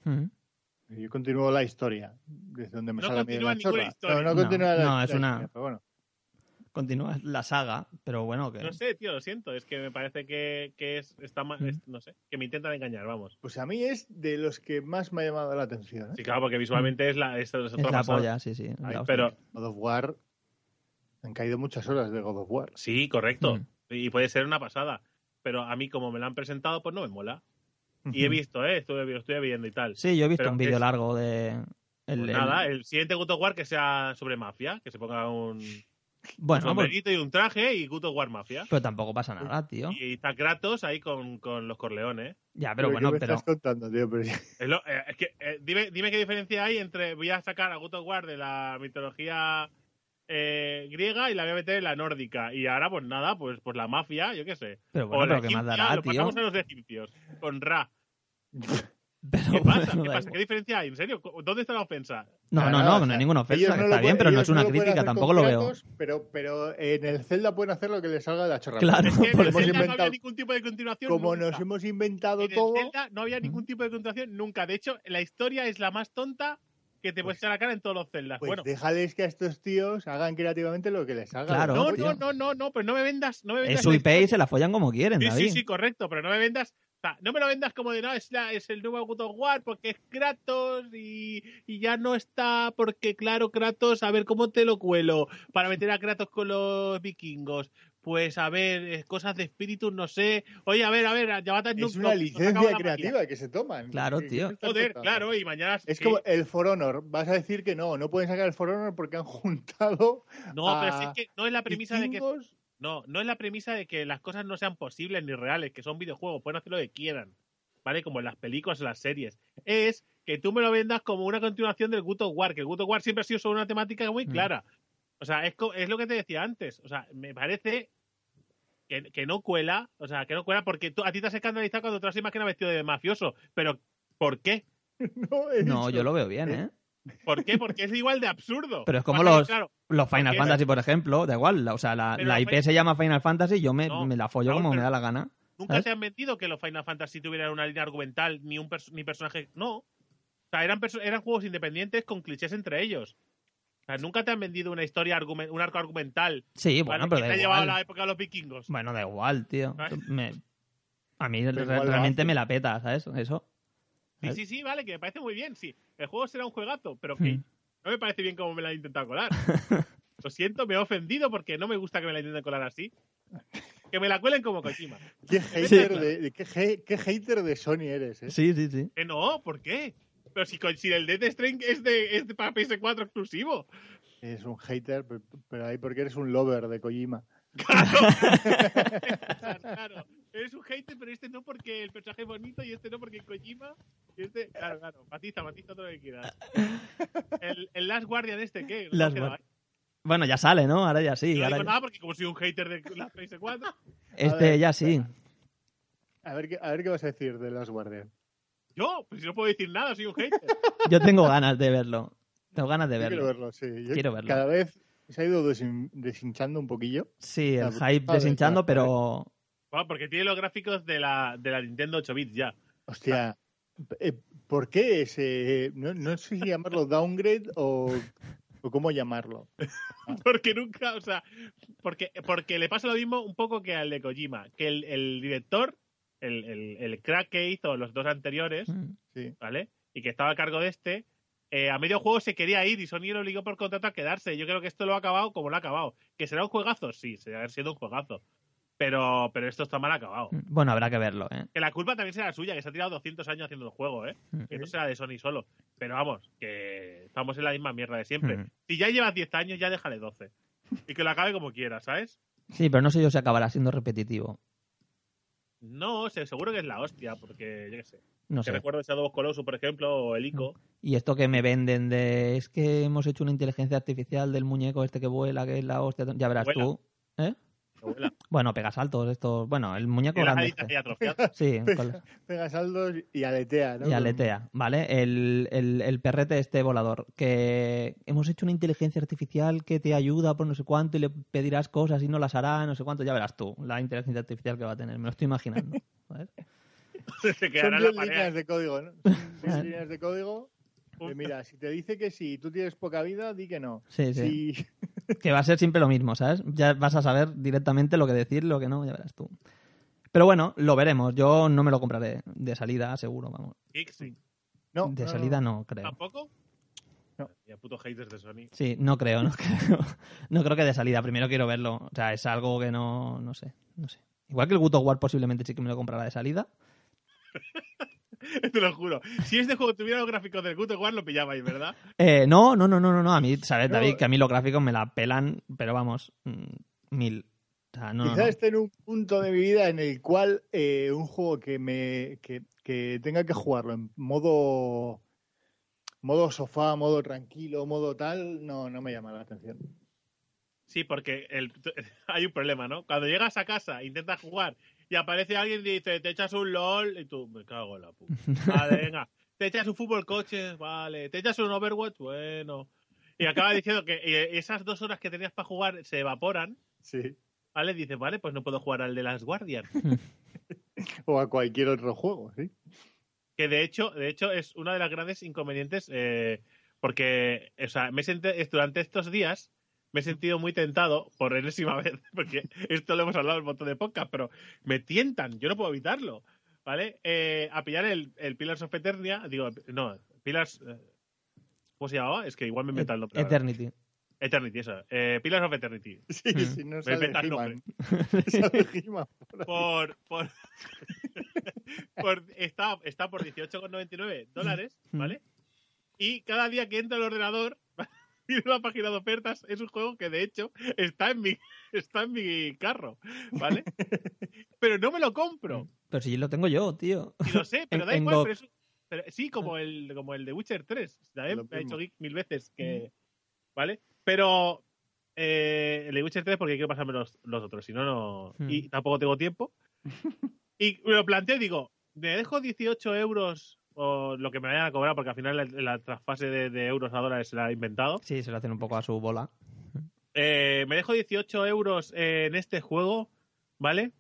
Speaker 5: Mm.
Speaker 4: Yo continúo la historia, desde donde me
Speaker 2: No
Speaker 4: sale a mí
Speaker 2: continúa
Speaker 4: la
Speaker 2: ninguna
Speaker 4: chorra.
Speaker 2: historia.
Speaker 4: No, no
Speaker 5: No,
Speaker 4: continúa la,
Speaker 5: no, es
Speaker 4: la
Speaker 5: una-
Speaker 4: historia, pero bueno,
Speaker 5: Continúa la saga, pero bueno, que.
Speaker 2: No sé, tío, lo siento. Es que me parece que, que es, está mal.
Speaker 5: Mm.
Speaker 2: es- no sé, que me intentan engañar, vamos.
Speaker 4: pues a mí es de los que más me ha llamado la atención. ¿eh?
Speaker 2: Sí, claro, porque visualmente es la. Es, es
Speaker 5: es
Speaker 2: otra
Speaker 5: la
Speaker 2: pasada.
Speaker 5: polla, sí, sí. es
Speaker 2: Ay,
Speaker 5: la hostia.
Speaker 2: pero
Speaker 4: God of War, han caído muchas horas de God of War.
Speaker 2: sí, correcto.
Speaker 5: Mm.
Speaker 2: Y puede ser una pasada. Pero a mí, como me la han presentado, pues no me mola. Y he visto, ¿eh? Estuve, lo estuve viendo y tal.
Speaker 5: Sí, yo he visto
Speaker 2: pero
Speaker 5: un vídeo
Speaker 2: es-
Speaker 5: largo de. el-
Speaker 2: Pues
Speaker 5: el-
Speaker 2: nada, el siguiente Good of War que sea sobre mafia, que se ponga un
Speaker 5: Bueno, pues-
Speaker 2: sombrerito y un traje y Good of War mafia.
Speaker 5: pero tampoco pasa nada, tío.
Speaker 2: Y está Kratos ahí con, con los Corleones.
Speaker 5: Ya, pero
Speaker 4: ¿qué
Speaker 5: bueno,
Speaker 4: me
Speaker 5: pero.
Speaker 4: estás contando, tío? Pero ya-
Speaker 2: Es lo- eh, es que, eh, dime, dime qué diferencia hay entre voy a sacar a Good of War de la mitología eh, griega y la voy a meter en la nórdica. Y ahora, pues nada, pues, pues la mafia, yo qué sé.
Speaker 5: Pero bueno,
Speaker 2: o la
Speaker 5: pero que más
Speaker 2: egipcia,
Speaker 5: dará,
Speaker 2: lo
Speaker 5: tío.
Speaker 2: pasamos a los egipcios, con Ra.
Speaker 5: Pero
Speaker 2: ¿Qué
Speaker 5: bueno,
Speaker 2: pasa?
Speaker 5: no
Speaker 2: ¿Qué
Speaker 5: da
Speaker 2: pasa? ¿Qué
Speaker 5: igual.
Speaker 2: diferencia hay? ¿En serio? ¿Dónde está la ofensa?
Speaker 5: No, no,
Speaker 4: Nada, o
Speaker 5: no, que no
Speaker 4: sea,
Speaker 5: hay ninguna
Speaker 4: ellos
Speaker 5: ofensa, que
Speaker 4: no
Speaker 5: está
Speaker 4: lo
Speaker 5: bien,
Speaker 4: pueden-
Speaker 5: pero no
Speaker 4: ellos
Speaker 5: es una
Speaker 4: lo pueden
Speaker 5: crítica,
Speaker 4: hacer con
Speaker 5: tampoco lo veo.
Speaker 4: Kratos, Pero, pero en el Zelda pueden hacer lo que les salga de la chorra.
Speaker 5: Claro,
Speaker 2: Es que en
Speaker 5: por
Speaker 2: el
Speaker 5: eso-
Speaker 4: hemos
Speaker 2: Zelda no había
Speaker 4: inventado-
Speaker 2: ningún tipo de continuación.
Speaker 4: como
Speaker 2: nunca.
Speaker 4: nos hemos inventado
Speaker 2: En el
Speaker 4: todo,
Speaker 2: Zelda no había ningún tipo de continuación nunca. De hecho, la historia es la más tonta que te puedes echar a la cara en todos los celdas.
Speaker 4: pues
Speaker 2: bueno,
Speaker 4: déjales que a estos tíos hagan creativamente lo que les salga. de la
Speaker 5: Claro,
Speaker 2: no,
Speaker 4: polla.
Speaker 2: no,
Speaker 5: tío.
Speaker 2: no, no, no, pero no me vendas. No me vendas
Speaker 5: Es su
Speaker 2: la
Speaker 5: IP y se la follan como quieren,
Speaker 2: historia. Sí,
Speaker 5: David.
Speaker 2: sí, sí, correcto, pero no me vendas. o sea, no me lo vendas como de no, es, la- es el nuevo God of War porque es Kratos y, y ya no está, porque claro, Kratos, a ver cómo te lo cuelo para meter a Kratos con los vikingos. Pues a ver, eh, cosas de espíritus, no sé. Oye, a ver, a ver, ya va tan
Speaker 4: Es una licencia creativa que se toman.
Speaker 5: Claro,
Speaker 4: Que- que
Speaker 5: tío.
Speaker 4: no están
Speaker 2: Joder,
Speaker 4: contadas.
Speaker 2: claro, y mañana. eh,
Speaker 4: Es
Speaker 2: sí.
Speaker 4: como el For Honor. Vas a decir que no, no pueden sacar el For Honor porque han juntado.
Speaker 2: No, pero si
Speaker 4: a
Speaker 2: es que no es la premisa de que
Speaker 4: vikingos.
Speaker 2: no, no es la premisa de que las cosas no sean posibles ni reales, que son videojuegos, pueden hacer lo que quieran, ¿vale? Como en las películas o las series. Es que tú me lo vendas como una continuación del Good of War, que el Good of War siempre ha sido sobre una temática muy
Speaker 5: Mm.
Speaker 2: clara. O sea, es, co- es lo que te decía antes. O sea, me parece que, que no cuela, o sea, que no cuela porque tú, a ti te has escandalizado cuando te has imaginado vestido de mafioso, pero ¿por qué?
Speaker 4: No, he
Speaker 5: No,
Speaker 4: dicho.
Speaker 5: yo lo veo bien, ¿eh?
Speaker 2: ¿por qué? Porque es igual de absurdo.
Speaker 5: Pero es como
Speaker 2: Pasa que,
Speaker 5: los-
Speaker 2: claro,
Speaker 5: Los Final
Speaker 2: Porque-
Speaker 5: Fantasy, por ejemplo, da igual. la- O sea, la,
Speaker 2: Pero
Speaker 5: la
Speaker 2: la
Speaker 5: IP
Speaker 2: Fin-
Speaker 5: se llama Final Fantasy, yo me,
Speaker 2: No,
Speaker 5: me la follo
Speaker 2: Raúl,
Speaker 5: como me
Speaker 2: pero-
Speaker 5: da la gana.
Speaker 2: Nunca
Speaker 5: ¿Sabes?
Speaker 2: te han metido que los Final Fantasy tuvieran una línea argumental ni un pers- ni personaje. No. O sea, eran, perso- eran juegos independientes con clichés entre ellos. O sea, nunca te han vendido una historia, argumen- un arco argumental
Speaker 5: Sí, bueno,
Speaker 2: que
Speaker 5: pero
Speaker 2: te
Speaker 5: da
Speaker 2: ha llevado a la
Speaker 5: igual.
Speaker 2: época de los vikingos.
Speaker 5: Bueno, da igual, tío.
Speaker 2: ¿Sabes?
Speaker 5: Me- A mí re-
Speaker 4: igual lo
Speaker 5: realmente
Speaker 4: haces.
Speaker 5: me la peta, ¿sabes? Eso.
Speaker 2: Sí,
Speaker 5: ¿sabes?
Speaker 2: sí, sí, vale, que me parece muy bien, sí. El juego será un juegazo, pero que
Speaker 5: Mm.
Speaker 2: no me parece bien como me la han intentado colar. Lo siento, me he ofendido porque no me gusta que me la intenten colar así. Que me la cuelen como Kojima.
Speaker 4: ¿Qué hater,
Speaker 2: claro.
Speaker 4: de, de- qué, he- qué hater de Sony eres, eh?
Speaker 5: Sí, sí, sí.
Speaker 2: Que no, ¿por qué? Pero si, con- si el Death String es de, es de para PS4 exclusivo.
Speaker 4: Es un hater, pero, pero ahí porque eres un lover de Kojima.
Speaker 2: Claro, claro. Eres un hater, pero este no porque el personaje es bonito y este no porque Kojima. Y este, claro, claro. Matiza, matiza todo lo que quieras. El, el Last Guardian este, ¿qué? No
Speaker 5: Last
Speaker 2: sé,
Speaker 5: Guardian. Bueno, ya sale, ¿no? Ahora ya sí.
Speaker 2: No
Speaker 5: ahora
Speaker 2: digo
Speaker 5: ya-
Speaker 2: nada porque como soy un hater de la PS4.
Speaker 5: Este
Speaker 4: A ver,
Speaker 5: ya sí.
Speaker 4: A ver, qué, a ver qué vas a decir de Last Guardian.
Speaker 2: Yo, pues si no puedo decir nada, soy un hater.
Speaker 5: Yo tengo ganas de verlo. Tengo ganas de
Speaker 4: Yo quiero
Speaker 5: verlo.
Speaker 4: verlo, sí. Yo
Speaker 5: Quiero verlo.
Speaker 4: Cada vez se ha ido desin- deshinchando un poquillo.
Speaker 5: Sí,
Speaker 4: La
Speaker 5: el
Speaker 4: brutal
Speaker 5: hype
Speaker 4: de
Speaker 5: deshinchando,
Speaker 4: Black
Speaker 5: pero
Speaker 2: Bueno, porque tiene los gráficos de la, de la Nintendo 8 bits ya.
Speaker 5: Ah.
Speaker 4: Hostia, eh, ¿por qué ese...? No, no sé si llamarlo downgrade o, o cómo llamarlo.
Speaker 2: Porque nunca, o sea, porque, porque le pasa lo mismo un poco que al de Kojima, que el, el director, el, el, el crack que hizo los dos anteriores,
Speaker 5: mm,
Speaker 2: ¿vale? Y que estaba a cargo de este, eh, a medio juego se quería ir y Sony lo obligó por contrato a quedarse. Yo creo que esto lo ha acabado como lo ha acabado. ¿Que será un juegazo? Sí, será siendo un juegazo. Pero, pero esto está mal acabado.
Speaker 5: bueno, habrá que verlo, ¿eh?
Speaker 2: Que la culpa también será suya, que se ha tirado 200 años haciendo el juego, ¿eh?
Speaker 5: Mm.
Speaker 2: Que no será de Sony solo. Pero vamos, que estamos en la misma mierda de siempre.
Speaker 5: Mm.
Speaker 2: Si ya llevas 10 años, ya déjale 12. Y que lo acabe como quiera, ¿sabes?
Speaker 5: Sí, pero no sé yo si acabará siendo repetitivo.
Speaker 2: No, se- seguro que es la hostia, porque yo qué sé.
Speaker 5: No
Speaker 2: Que
Speaker 5: sé.
Speaker 2: recuerdo Shadow of Colossus, por ejemplo, o el ICO.
Speaker 5: Y esto que me venden de es que hemos hecho una inteligencia artificial del muñeco este que vuela, que es la hostia. Ya verás
Speaker 2: Vuela.
Speaker 5: tú. ¿Eh?
Speaker 2: que vuela.
Speaker 5: Bueno, pega saltos estos. Bueno, el muñeco
Speaker 2: Tiene las
Speaker 5: grande.
Speaker 2: alitas ahí atrofiadas.
Speaker 5: este. Sí, con la-
Speaker 4: Pega saldos y aletea, ¿no?
Speaker 5: Y aletea, ¿vale? El, el- el perrete este volador, que hemos hecho una inteligencia artificial que te ayuda por no sé cuánto y le pedirás cosas y no las hará, no sé cuánto, ya verás tú la inteligencia artificial que va a tener, me lo estoy imaginando. ¿sabes?
Speaker 2: se
Speaker 4: Son
Speaker 2: quedará en la
Speaker 4: diez
Speaker 2: pared.
Speaker 4: líneas de código, ¿no? Son diez líneas de código. que Eh, mira, si te dice que sí, tú tienes poca vida, di que no.
Speaker 5: Sí, sí,
Speaker 4: Si-
Speaker 5: Que va a ser siempre lo mismo, ¿sabes? Ya vas a saber directamente lo que decir, lo que no, ya verás tú. Pero bueno, lo veremos. Yo no me lo compraré de salida, seguro, vamos.
Speaker 2: Kixi.
Speaker 4: no,
Speaker 5: de
Speaker 4: no, no,
Speaker 5: salida no creo.
Speaker 2: ¿Tampoco?
Speaker 4: No.
Speaker 2: Ya puto haters de Sony.
Speaker 5: Sí, no creo, no creo. No creo que de salida. Primero quiero verlo. O sea, es algo que no, no sé, no sé. Igual que el Good of War posiblemente sí que me lo comprará de salida.
Speaker 2: Te lo juro. Si este juego tuviera los gráficos del Good of War, lo pillabais, ¿verdad?
Speaker 5: Eh, no, no, no, no, no, no. A mí, sabes,
Speaker 4: No.
Speaker 5: David, que a mí los gráficos me la pelan, pero vamos, mm, mil. O sea, no, no,
Speaker 4: Quizás
Speaker 5: no.
Speaker 4: esté en un punto de mi vida en el cual eh, un juego que me que, que tenga que jugarlo en modo modo sofá, modo tranquilo, modo tal, no, no me llama la atención.
Speaker 2: Sí, porque el- hay un problema, ¿no? Cuando llegas a casa, intentas jugar y aparece alguien y dice, te echas un LOL y tú, me cago en la puta. Vale, venga. Te echas un fútbol coche, vale. Te echas un Overwatch, bueno. Y acaba diciendo que eh, esas dos horas que tenías para jugar se evaporan,
Speaker 4: Sí.
Speaker 2: ¿vale? Dices, vale, pues no puedo jugar al de las guardias.
Speaker 4: O a cualquier otro juego, sí.
Speaker 2: Que de hecho, de hecho es una de las grandes inconvenientes eh, porque, o sea, me he senti- es- durante estos días me he sentido muy tentado por enésima vez, porque esto lo hemos hablado en un montón de podcast, pero me tientan, yo no puedo evitarlo, ¿vale? Eh, a pillar el, el Pillars of Eternia, digo, no, Pillars... eh, ¿Cómo se llamaba? Es que igual me he inventado el nombre. ahora.
Speaker 5: E- Eternity.
Speaker 2: Eternity, eso. Eh, Pillars of Eternity.
Speaker 4: Sí,
Speaker 5: Mm.
Speaker 4: si no
Speaker 2: Me
Speaker 4: sale
Speaker 2: inventas
Speaker 4: He-Man. Sale He-Man.
Speaker 2: por, por, por- está, está por 18,99 dólares, ¿vale? Y cada día que entro al ordenador, miro la página de ofertas, es un juego que de hecho está en mi, está en mi carro, ¿vale? Pero no me lo compro,
Speaker 5: Pero si lo tengo yo, tío.
Speaker 2: y lo sé, pero
Speaker 5: En-
Speaker 2: da
Speaker 5: en Ah.
Speaker 2: igual,
Speaker 5: GOG.
Speaker 2: pero es un- pero sí, como el, como el de Witcher 3,
Speaker 4: Lo
Speaker 2: también me ha
Speaker 4: mismo.
Speaker 2: hecho geek mil veces
Speaker 5: Mm.
Speaker 2: que, ¿vale? Pero eh, el de Witcher 3 porque quiero pasarme los, los otros, si no, no.
Speaker 5: Hmm.
Speaker 2: Y tampoco tengo tiempo. y me lo planteo y digo, ¿me dejo 18 euros o lo que me vayan a cobrar? Porque al final la, la trasfase de, de euros a dólares se la ha inventado.
Speaker 5: Sí, se lo hacen un poco a su bola.
Speaker 2: Eh, me dejo 18 euros en este juego, ¿vale?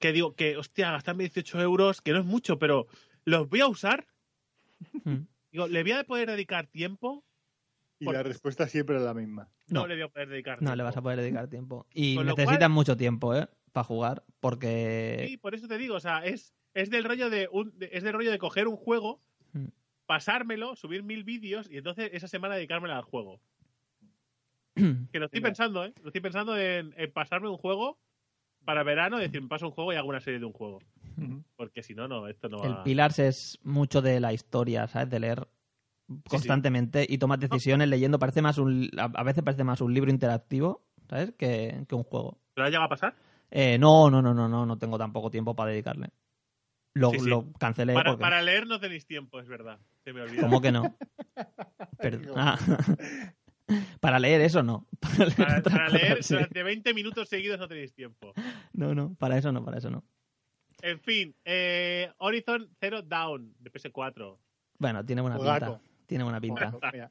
Speaker 2: Que digo, que hostia, gastarme 18 euros, que no es mucho, pero ¿los voy a usar?
Speaker 5: Mm.
Speaker 2: Digo, ¿le voy a poder dedicar tiempo?
Speaker 4: Y la respuesta siempre es la misma.
Speaker 2: No,
Speaker 5: No.
Speaker 2: le voy a poder dedicar.
Speaker 5: No le
Speaker 2: tiempo.
Speaker 5: vas a poder dedicar tiempo. Y
Speaker 2: Con lo
Speaker 5: necesitas
Speaker 2: cual-
Speaker 5: mucho tiempo, ¿eh? Para jugar, porque...
Speaker 2: Sí, por eso te digo, o sea, es, es del rollo de un, de- es del rollo de coger un juego,
Speaker 5: Mm.
Speaker 2: pasármelo, subir mil vídeos y entonces esa semana dedicármela al juego. Que lo estoy
Speaker 4: Venga.
Speaker 2: pensando, ¿eh? Lo estoy pensando en, en pasarme un juego para verano, decir, me paso un juego y hago una serie de un juego.
Speaker 4: Ujú.
Speaker 2: Porque si no, no, esto no
Speaker 5: El
Speaker 2: va.
Speaker 5: Pilars es mucho de la historia, ¿sabes? De leer constantemente y tomas decisiones leyendo. Parece más un, a- a veces parece más un libro interactivo, ¿sabes? Que, que un juego.
Speaker 2: ¿Te lo ha llegado a pasar?
Speaker 5: Eh, no, no, no, no, no, no tengo tampoco tiempo para dedicarle. Lo,
Speaker 2: Sí, sí.
Speaker 5: lo cancelé
Speaker 2: Para,
Speaker 5: porque...
Speaker 2: para leer no tenéis tiempo, es verdad. Se me olvida.
Speaker 5: ¿Cómo que no? Perd- Ah. para leer eso no. Para leer,
Speaker 2: Para,
Speaker 5: otra
Speaker 2: para
Speaker 5: cosa,
Speaker 2: leer
Speaker 5: sí.
Speaker 2: durante 20 minutos seguidos no tenéis tiempo.
Speaker 5: No, no, para eso no, para eso no.
Speaker 2: En fin, eh, Horizon Zero Down de PS4.
Speaker 5: Bueno, tiene buena
Speaker 4: Juegazo.
Speaker 5: pinta. Tiene buena pinta.
Speaker 4: Bueno, mira,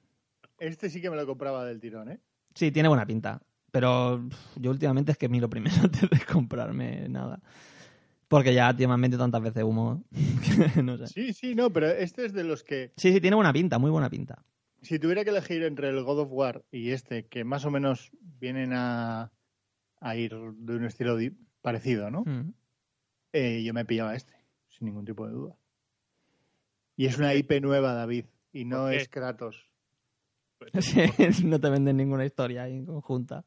Speaker 4: este sí que me lo compraba del tirón, ¿eh?
Speaker 5: Sí, tiene buena pinta. Pero pff, yo últimamente es que miro primero antes de comprarme nada. Porque ya tío, me han metido tantas veces humo. que no sé.
Speaker 4: Sí, sí, no, pero este es de los que,
Speaker 5: Sí, sí, tiene buena pinta, muy buena pinta.
Speaker 4: si tuviera que elegir entre el God of War y este, que más o menos vienen a, a ir de un estilo di- parecido, ¿no?
Speaker 5: Mm.
Speaker 4: Eh, yo me pillaba este, sin ningún tipo de duda. Y es una IP nueva, David, y no
Speaker 2: ¿Por qué?
Speaker 4: es Kratos.
Speaker 5: Sí, no te venden ninguna historia ahí conjunta.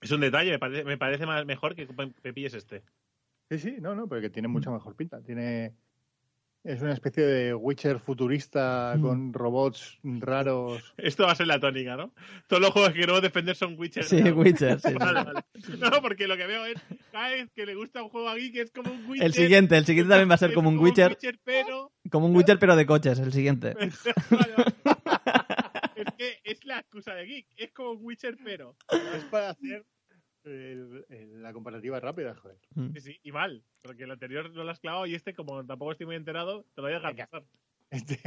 Speaker 2: Es un detalle, me parece, me parece más, mejor que me pilles este.
Speaker 4: Sí, sí, no, no, pero que
Speaker 5: Mm.
Speaker 4: tiene mucha mejor pinta. Tiene. Es una especie de Witcher futurista
Speaker 5: Mm.
Speaker 4: con robots raros.
Speaker 2: Esto va a ser la tónica, ¿no? Todos los juegos que queremos defender son Witcher.
Speaker 5: Sí,
Speaker 2: Claro.
Speaker 5: Witcher. sí, sí.
Speaker 2: Vale, vale. No, porque lo que veo es cada vez que le gusta un juego a Geek es como un Witcher.
Speaker 5: El siguiente, el siguiente también va a ser como un Witcher,
Speaker 2: pero.
Speaker 5: como un Witcher pero de coches, el siguiente.
Speaker 2: Vale, vale. es que es la excusa de Geek. Es como un Witcher, pero.
Speaker 4: Es para hacer el- el- la comparativa rápida, joder.
Speaker 5: Mm.
Speaker 2: Sí, sí, y mal. Porque el anterior no lo has clavado y este, como tampoco estoy muy enterado, te lo voy a dejar
Speaker 4: Venga.
Speaker 2: pasar.
Speaker 4: Este-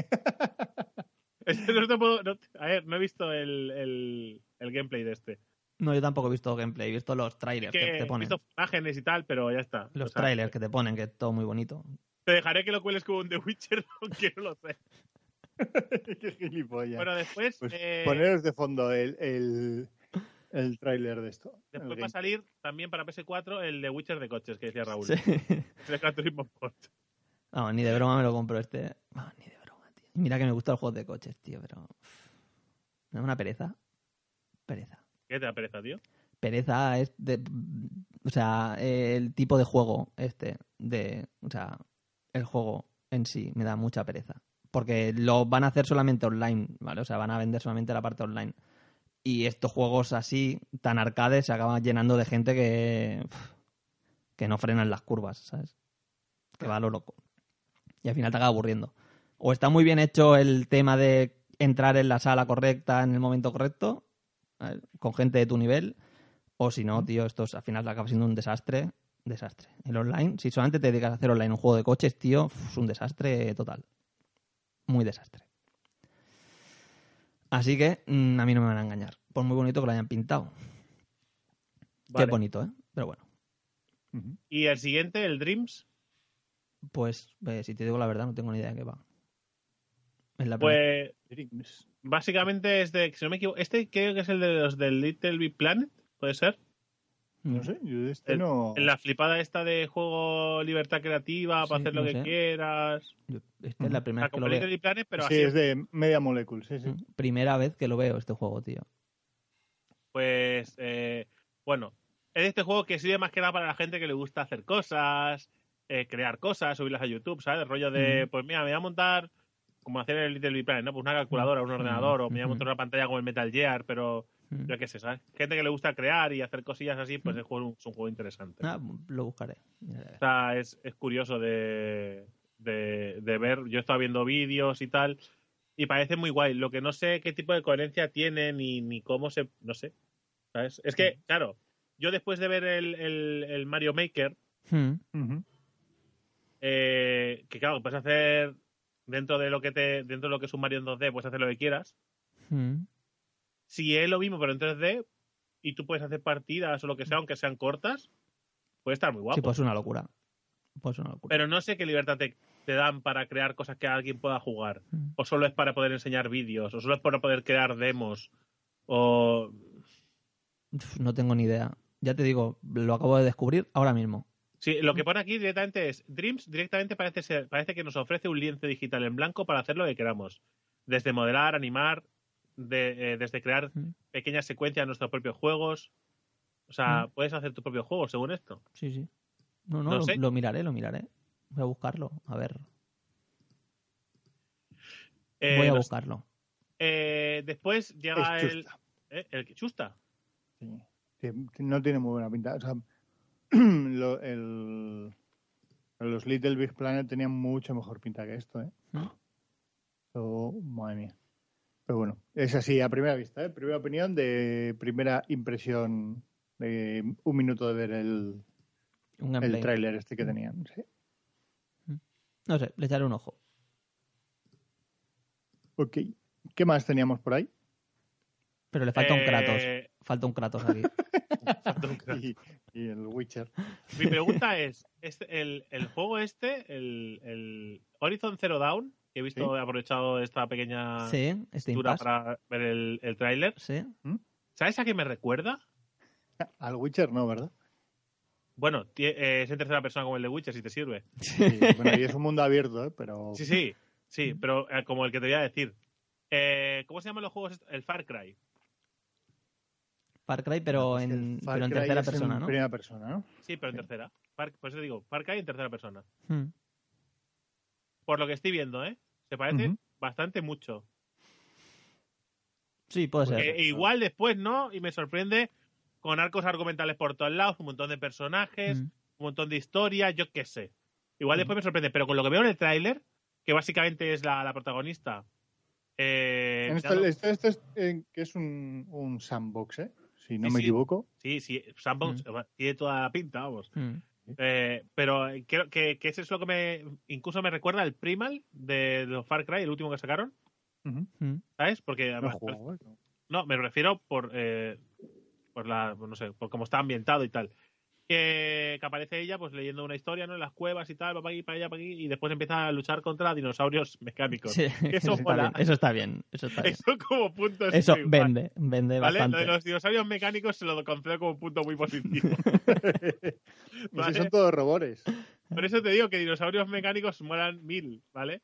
Speaker 2: Es que no te puedo- no te- a ver, no he visto el, el- el gameplay de este.
Speaker 5: No, yo tampoco he visto gameplay, he visto los trailers que,
Speaker 2: Que
Speaker 5: te
Speaker 2: he
Speaker 5: ponen.
Speaker 2: visto imágenes y tal, pero ya está.
Speaker 5: Los
Speaker 2: O sea,
Speaker 5: trailers que te ponen, que es todo muy bonito.
Speaker 2: Te dejaré que lo cueles como un The Witcher, aunque no lo sé.
Speaker 4: Qué gilipollas.
Speaker 2: Bueno, después,
Speaker 4: Pues
Speaker 2: eh,
Speaker 4: Poneros de fondo el, el, el tráiler de esto.
Speaker 2: después
Speaker 4: El
Speaker 2: va a
Speaker 4: game.
Speaker 2: salir también para PS4 el The Witcher de coches, que decía Raúl.
Speaker 5: Sí.
Speaker 2: El Gran Turismo Sport.
Speaker 5: Vamos, ni de broma me lo compro este. ¿eh? Vamos, ni de broma, tío. Y Mira que me gustan los juegos de coches, tío, pero. ¿No es una pereza? Pereza.
Speaker 2: ¿Qué te da pereza, tío?
Speaker 5: Pereza es de. O sea, eh, el tipo de juego este. De. O sea, el juego en sí me da mucha pereza. Porque lo van a hacer solamente online, ¿vale? O sea, van a vender solamente la parte online. Y estos juegos así, tan arcades, se acaban llenando de gente que. uf, que no frenan las curvas, ¿sabes? Que va a lo loco. Y al final te acaba aburriendo. O está muy bien hecho el tema de entrar en la sala correcta en el momento correcto, ¿vale? con gente de tu nivel, o si no, tío, esto es- al final acaba siendo un desastre. Desastre. El online, si solamente te dedicas a hacer online un juego de coches, tío, es un desastre total. Muy desastre. Así que mm, a mí no me van a engañar. Por muy bonito que lo hayan pintado.
Speaker 2: Vale.
Speaker 5: Qué bonito, ¿eh? Pero bueno.
Speaker 4: Ujú.
Speaker 2: Y el siguiente, el Dreams,
Speaker 5: Pues, eh, si te digo la verdad, no tengo ni idea de qué va. Es la primera-
Speaker 2: pues
Speaker 4: Dreams.
Speaker 2: básicamente es de, si no me equivoco, este creo que es el de los del Little Big Planet, ¿puede ser?
Speaker 5: Mm.
Speaker 4: No sé, yo de este no.
Speaker 2: La flipada esta de juego libertad creativa para
Speaker 5: Sí,
Speaker 2: hacer lo
Speaker 5: no
Speaker 2: que
Speaker 5: sé.
Speaker 2: quieras.
Speaker 5: Mm, Yo- Esta es la
Speaker 2: O
Speaker 5: primera
Speaker 2: sea,
Speaker 5: vez que
Speaker 2: como
Speaker 5: lo
Speaker 2: Little
Speaker 5: veo.
Speaker 2: Big Planet, pero
Speaker 4: sí,
Speaker 2: así.
Speaker 4: es de Media Molecule, sí, sí.
Speaker 5: Mm.
Speaker 2: ¿eh?
Speaker 5: Primera vez que lo veo este juego, tío.
Speaker 2: Pues, eh, bueno, es este juego que sirve más que nada para la gente que le gusta hacer cosas, eh, crear cosas, subirlas a YouTube, ¿sabes? El rollo de, pues mira, me voy a montar, como hacer el Little Big Planet, ¿no? Pues una calculadora, un ordenador, o me voy a montar una pantalla como el Metal Gear, pero
Speaker 5: Mm.
Speaker 2: yo qué sé, ¿sabes? Gente que le gusta crear y hacer cosillas así, pues el juego es un juego interesante.
Speaker 5: Ah, lo buscaré. Miraré a
Speaker 2: O
Speaker 5: ver.
Speaker 2: sea, es, es curioso de, de, de ver. Yo estaba viendo vídeos y tal, y parece muy guay. Lo que no sé qué tipo de coherencia tiene ni, ni cómo se. No sé. ¿Sabes? Es que,
Speaker 5: Mm.
Speaker 2: claro, yo después de ver el, el- el Mario Maker,
Speaker 5: Mm.
Speaker 4: Ujú.
Speaker 2: eh, que claro, puedes hacer dentro de lo que te dentro de lo que es un Mario en 2D, puedes hacer lo que quieras.
Speaker 5: Mm.
Speaker 2: Si es lo mismo, pero en 3D, y tú puedes hacer partidas o lo que sea, aunque sean cortas, puede estar muy guapo.
Speaker 5: Mm. Sí, pues es una locura. Pues es una locura.
Speaker 2: Pero no sé qué libertad te, te dan para crear cosas que alguien pueda jugar.
Speaker 5: Mm.
Speaker 2: O solo es para poder enseñar vídeos. O solo es para poder crear demos. O
Speaker 5: Uf, No tengo ni idea. Ya te digo, lo acabo de descubrir ahora mismo.
Speaker 2: Sí, lo que pone aquí directamente es Dreams directamente parece ser, parece que nos ofrece un lienzo digital en blanco para hacer lo que queramos. Desde modelar, animar, de- eh, desde crear
Speaker 5: Mm.
Speaker 2: pequeñas secuencias de nuestros propios juegos. O sea,
Speaker 5: Mm.
Speaker 2: puedes hacer tu propio juego según esto.
Speaker 5: Sí, sí. No, no,
Speaker 2: No
Speaker 5: lo,
Speaker 2: sé.
Speaker 5: lo miraré, lo miraré. Voy a buscarlo, a ver.
Speaker 2: Eh,
Speaker 5: voy a
Speaker 2: no sé.
Speaker 5: buscarlo.
Speaker 2: Eh, después llega
Speaker 4: Es
Speaker 2: el, eh, el que chusta.
Speaker 4: Sí. Sí, No tiene muy buena pinta. O sea, lo- el- los Little Big Planet tenían mucho mejor pinta que esto, ¿eh?
Speaker 5: ¿Mm?
Speaker 4: Oh, madre mía. Pero bueno, es así a primera vista, ¿eh? Primera opinión de primera impresión de un minuto de ver el,
Speaker 5: Un
Speaker 4: el
Speaker 5: gameplay. Mm.
Speaker 4: tráiler este que tenían. sí.
Speaker 5: No sé, le echaré un ojo.
Speaker 4: Ok. ¿Qué más teníamos por ahí?
Speaker 5: Pero le falta un
Speaker 2: Eh,
Speaker 5: Kratos. Falta un Kratos aquí.
Speaker 2: falta un Kratos.
Speaker 4: Y, y el Witcher.
Speaker 2: Mi pregunta es, este- el, el juego este, el, el Horizon Zero Dawn, que he visto, he aprovechado esta pequeña
Speaker 5: sí, Steam
Speaker 2: lectura
Speaker 5: Pass.
Speaker 2: para ver el, el tráiler,
Speaker 5: Sí.
Speaker 2: ¿sabes a qué me recuerda?
Speaker 4: Ah, Al Witcher no, ¿verdad?
Speaker 2: Bueno, tie- eh, es en tercera persona como el de Witcher, si te sirve.
Speaker 4: Sí, bueno, y es un mundo abierto, ¿eh? Pero...
Speaker 2: Sí, sí, sí, pero eh, como el que te voy a decir. Eh, ¿Cómo se llaman los juegos? est- El Far Cry.
Speaker 5: Far Cry, pero
Speaker 4: Es que el
Speaker 5: en,
Speaker 4: Far
Speaker 5: pero en
Speaker 4: Cry
Speaker 5: tercera
Speaker 4: es en
Speaker 5: persona, ¿no?
Speaker 4: primera persona, ¿no?
Speaker 2: Sí, pero en tercera. Far- por eso digo, Far Cry en tercera persona.
Speaker 5: Hmm.
Speaker 2: Por lo que estoy viendo, ¿eh? Se parece
Speaker 4: Ujú.
Speaker 2: bastante mucho.
Speaker 5: Sí, puede ser.
Speaker 2: Que Eh, igual después no, y me sorprende con arcos argumentales por todos lados, un montón de personajes,
Speaker 5: Mm.
Speaker 2: un montón de historia, yo qué sé. Igual
Speaker 5: Mm.
Speaker 2: después me sorprende, pero con lo que veo en el tráiler, que básicamente es la, la protagonista. eh,
Speaker 4: En
Speaker 2: dando-
Speaker 4: esto, esto- esto es, eh, que es un, un sandbox, ¿eh? Si no
Speaker 2: Sí,
Speaker 4: me
Speaker 2: sí.
Speaker 4: equivoco.
Speaker 2: Sí, sí,
Speaker 5: Mm.
Speaker 2: Sandbox eh, tiene toda la pinta, vamos.
Speaker 5: Hmm.
Speaker 2: Eh, pero creo que, que eso es lo que me. Incluso me recuerda al Primal de los Far Cry, el último que sacaron,
Speaker 4: Ujú.
Speaker 5: Hmm.
Speaker 2: ¿sabes? Porque
Speaker 4: No
Speaker 2: además.
Speaker 4: juego, ¿eh?
Speaker 2: No, me refiero por, eh, por la, por no sé, por cómo está ambientado y tal. Que, que aparece ella pues leyendo una historia, ¿no? En las cuevas y tal, va para aquí, para allá, para aquí, y después empieza a luchar contra dinosaurios mecánicos.
Speaker 5: Sí,
Speaker 2: Eso
Speaker 5: está
Speaker 2: mola.
Speaker 5: bien, eso está bien. Eso está bien.
Speaker 2: Eso como punto es
Speaker 5: Eso
Speaker 2: muy guay,
Speaker 5: vende, vende
Speaker 2: ¿Vale? Lo
Speaker 5: bastante.
Speaker 2: de los dinosaurios mecánicos se lo concedo como un punto muy positivo.
Speaker 4: Y
Speaker 2: Vale.
Speaker 4: si son todos robores.
Speaker 2: Por eso te digo que dinosaurios mecánicos molan mil, ¿vale?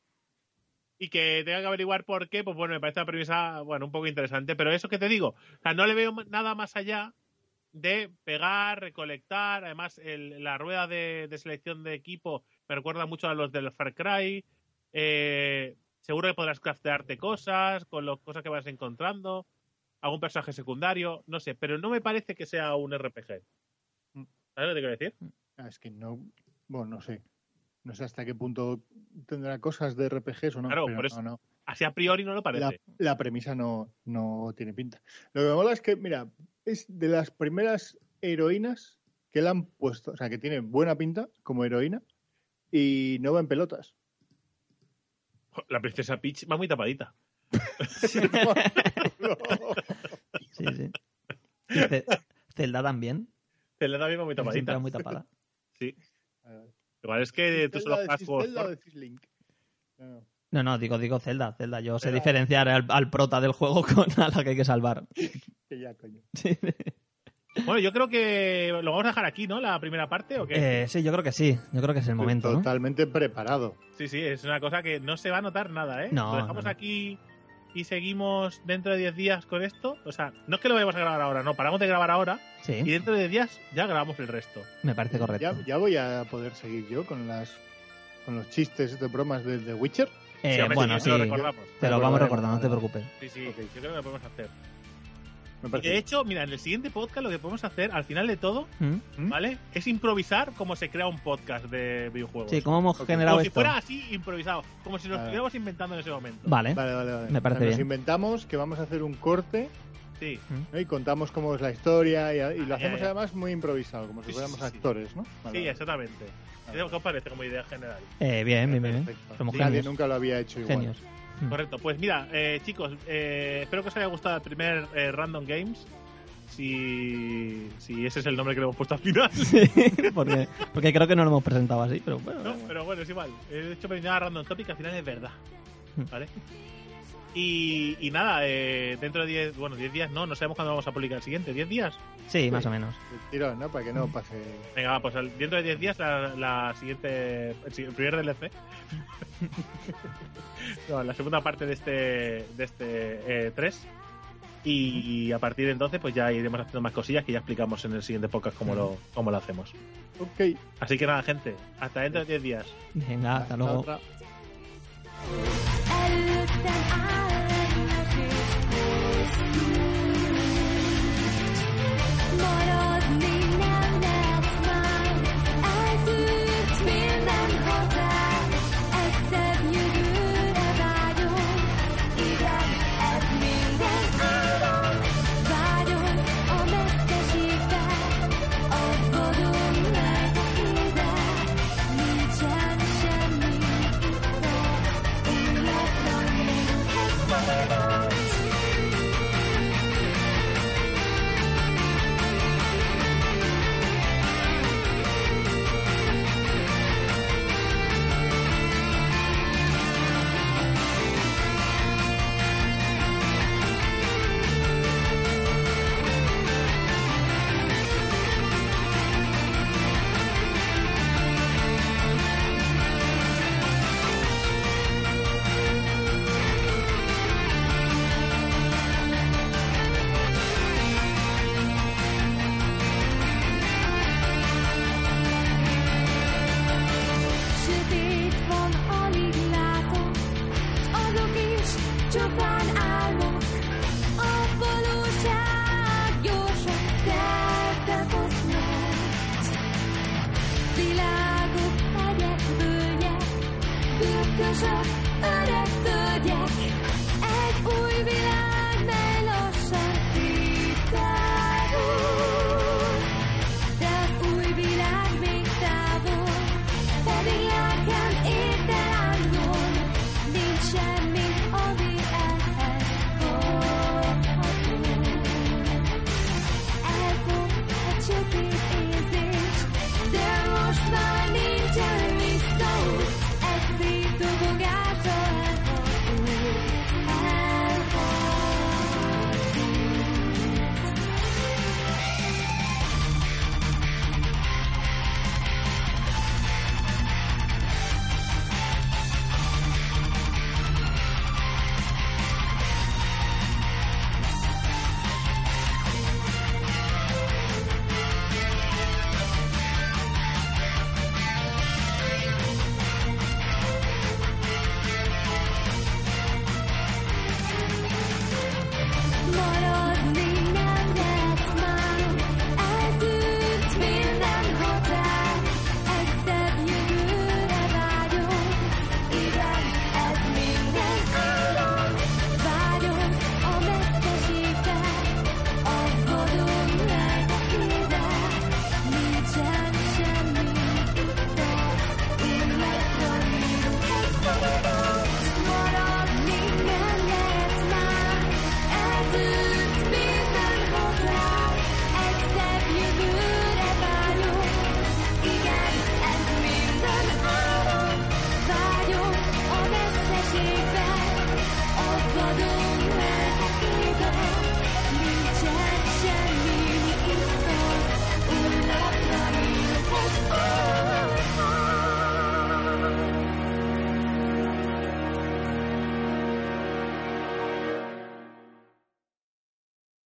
Speaker 2: Y que tenga que averiguar por qué, pues bueno, me parece una premisa, bueno, un poco interesante, pero eso que te digo, o sea, no le veo ma- nada más allá de pegar, recolectar, además el- la rueda de, de selección de equipo me recuerda mucho a los del Far Cry, eh, seguro que podrás craftearte cosas con las cosas que vas encontrando, algún personaje secundario, no sé, pero no me parece que sea un RPG.
Speaker 4: Mm.
Speaker 2: ¿Sabes lo que te quiero decir?
Speaker 4: Ah, Es que no. Bueno, no sé. No sé hasta qué punto tendrá cosas de RPGs o no.
Speaker 2: Claro,
Speaker 4: pero
Speaker 2: por eso
Speaker 4: no, no.
Speaker 2: Así a priori no lo parece.
Speaker 4: La, la premisa no, no tiene pinta. Lo que me mola es que, mira, es de las primeras heroínas que le han puesto. O sea, que tiene buena pinta como heroína y no va en pelotas.
Speaker 2: Jo, La princesa Peach va muy tapadita.
Speaker 5: Sí, sí. Y Ce- Zelda también.
Speaker 2: Zelda también va muy
Speaker 5: Siempre
Speaker 2: tapadita.
Speaker 5: muy tapada.
Speaker 2: Sí. Igual es que tú solo juegas juegos por-
Speaker 5: No, no, digo, digo Zelda, Zelda. Yo sé
Speaker 4: Zelda.
Speaker 5: diferenciar al, al prota del juego con a la que hay que salvar.
Speaker 4: Que ya, coño.
Speaker 5: Sí,
Speaker 2: Bueno, yo creo que lo vamos a dejar aquí, ¿no? La primera parte, ¿o qué?
Speaker 5: Eh, sí, yo creo que sí. Yo creo que es el momento, ¿no?
Speaker 4: Totalmente preparado.
Speaker 2: Sí, sí, es una cosa que no se va a notar nada, ¿eh?
Speaker 5: No,
Speaker 2: Lo dejamos
Speaker 5: no, no.
Speaker 2: aquí y seguimos dentro de 10 días con esto. O sea, no es que lo vayamos a grabar ahora, no. Paramos de grabar ahora y
Speaker 5: Sí,
Speaker 2: dentro de 10 días ya grabamos el resto.
Speaker 5: me parece correcto.
Speaker 4: Ya, ya voy a poder seguir yo con las con los chistes de bromas del The Witcher.
Speaker 5: Eh,
Speaker 2: Sí, hombre,
Speaker 5: bueno,
Speaker 2: sí,
Speaker 5: sí.
Speaker 2: lo recordamos.
Speaker 5: Te lo
Speaker 4: Recordaremos,
Speaker 5: vamos recordando, no te
Speaker 4: vale.
Speaker 5: preocupes.
Speaker 2: Sí, sí,
Speaker 4: Ok.
Speaker 2: yo creo que lo podemos hacer.
Speaker 4: Me
Speaker 2: Y De
Speaker 4: parece.
Speaker 2: hecho, mira, en el siguiente podcast lo que podemos hacer, al final de todo,
Speaker 5: ¿Mm?
Speaker 2: ¿vale? Es improvisar como se crea un podcast de videojuegos.
Speaker 5: Sí, ¿cómo hemos
Speaker 4: Ok.
Speaker 5: generado
Speaker 2: como si
Speaker 5: esto?
Speaker 2: fuera así improvisado, como si nos
Speaker 4: Claro.
Speaker 2: estuviéramos inventando en ese momento.
Speaker 5: Vale,
Speaker 4: Vale, vale, vale.
Speaker 5: Me parece
Speaker 4: O sea, Nos
Speaker 5: bien.
Speaker 4: inventamos que vamos a hacer un corte
Speaker 2: Sí,
Speaker 4: ¿no? y contamos cómo es la historia y, y lo
Speaker 2: Ah, ya,
Speaker 4: hacemos
Speaker 2: ya.
Speaker 4: además muy improvisado, como si
Speaker 2: Sí, sí,
Speaker 4: fuéramos
Speaker 2: sí, sí.
Speaker 4: actores, ¿no? Vale,
Speaker 2: sí,
Speaker 4: vale.
Speaker 2: exactamente.
Speaker 4: Vale,
Speaker 2: ¿Qué os parece como idea general?
Speaker 5: Eh, bien, bien, bien. bien.
Speaker 4: Perfecto.
Speaker 5: Somos
Speaker 4: Nadie
Speaker 5: genios.
Speaker 4: nunca lo había hecho igual.
Speaker 5: Genios.
Speaker 4: Hmm.
Speaker 2: Correcto, pues mira, eh, chicos, eh, espero que os haya gustado el primer eh, Random Games. Si, si ese es el nombre que le hemos puesto al final.
Speaker 5: porque, porque creo que no lo hemos presentado así, pero bueno.
Speaker 2: Eh,
Speaker 4: Hmm.
Speaker 2: No, pero bueno, es igual. He hecho me nada Random Topic, al final es verdad. ¿Vale? Y, y nada, eh, dentro de 10, bueno, 10 días no, no sabemos cuándo vamos a publicar el siguiente, 10 días.
Speaker 5: Sí, más o menos.
Speaker 4: El tirón, ¿no? Para que
Speaker 5: Mm.
Speaker 4: no pase.
Speaker 2: Venga, va, pues al- dentro de 10 días la, la siguiente, el, si- el primer DLC. No, la segunda parte de este, de este 3. Y a partir de entonces, pues ya iremos haciendo más cosillas que ya explicamos en el siguiente podcast cómo lo, cómo lo hacemos.
Speaker 4: Ok.
Speaker 2: Así que nada, gente, hasta dentro de 10 días.
Speaker 5: Venga, hasta luego.
Speaker 4: otra.
Speaker 6: Sötét van, alig látom, azok is csupán álmok. A valóság gyorsan feltefosznak. Világok, hegyek, völgyek, bürkösök, öreg tölgyek.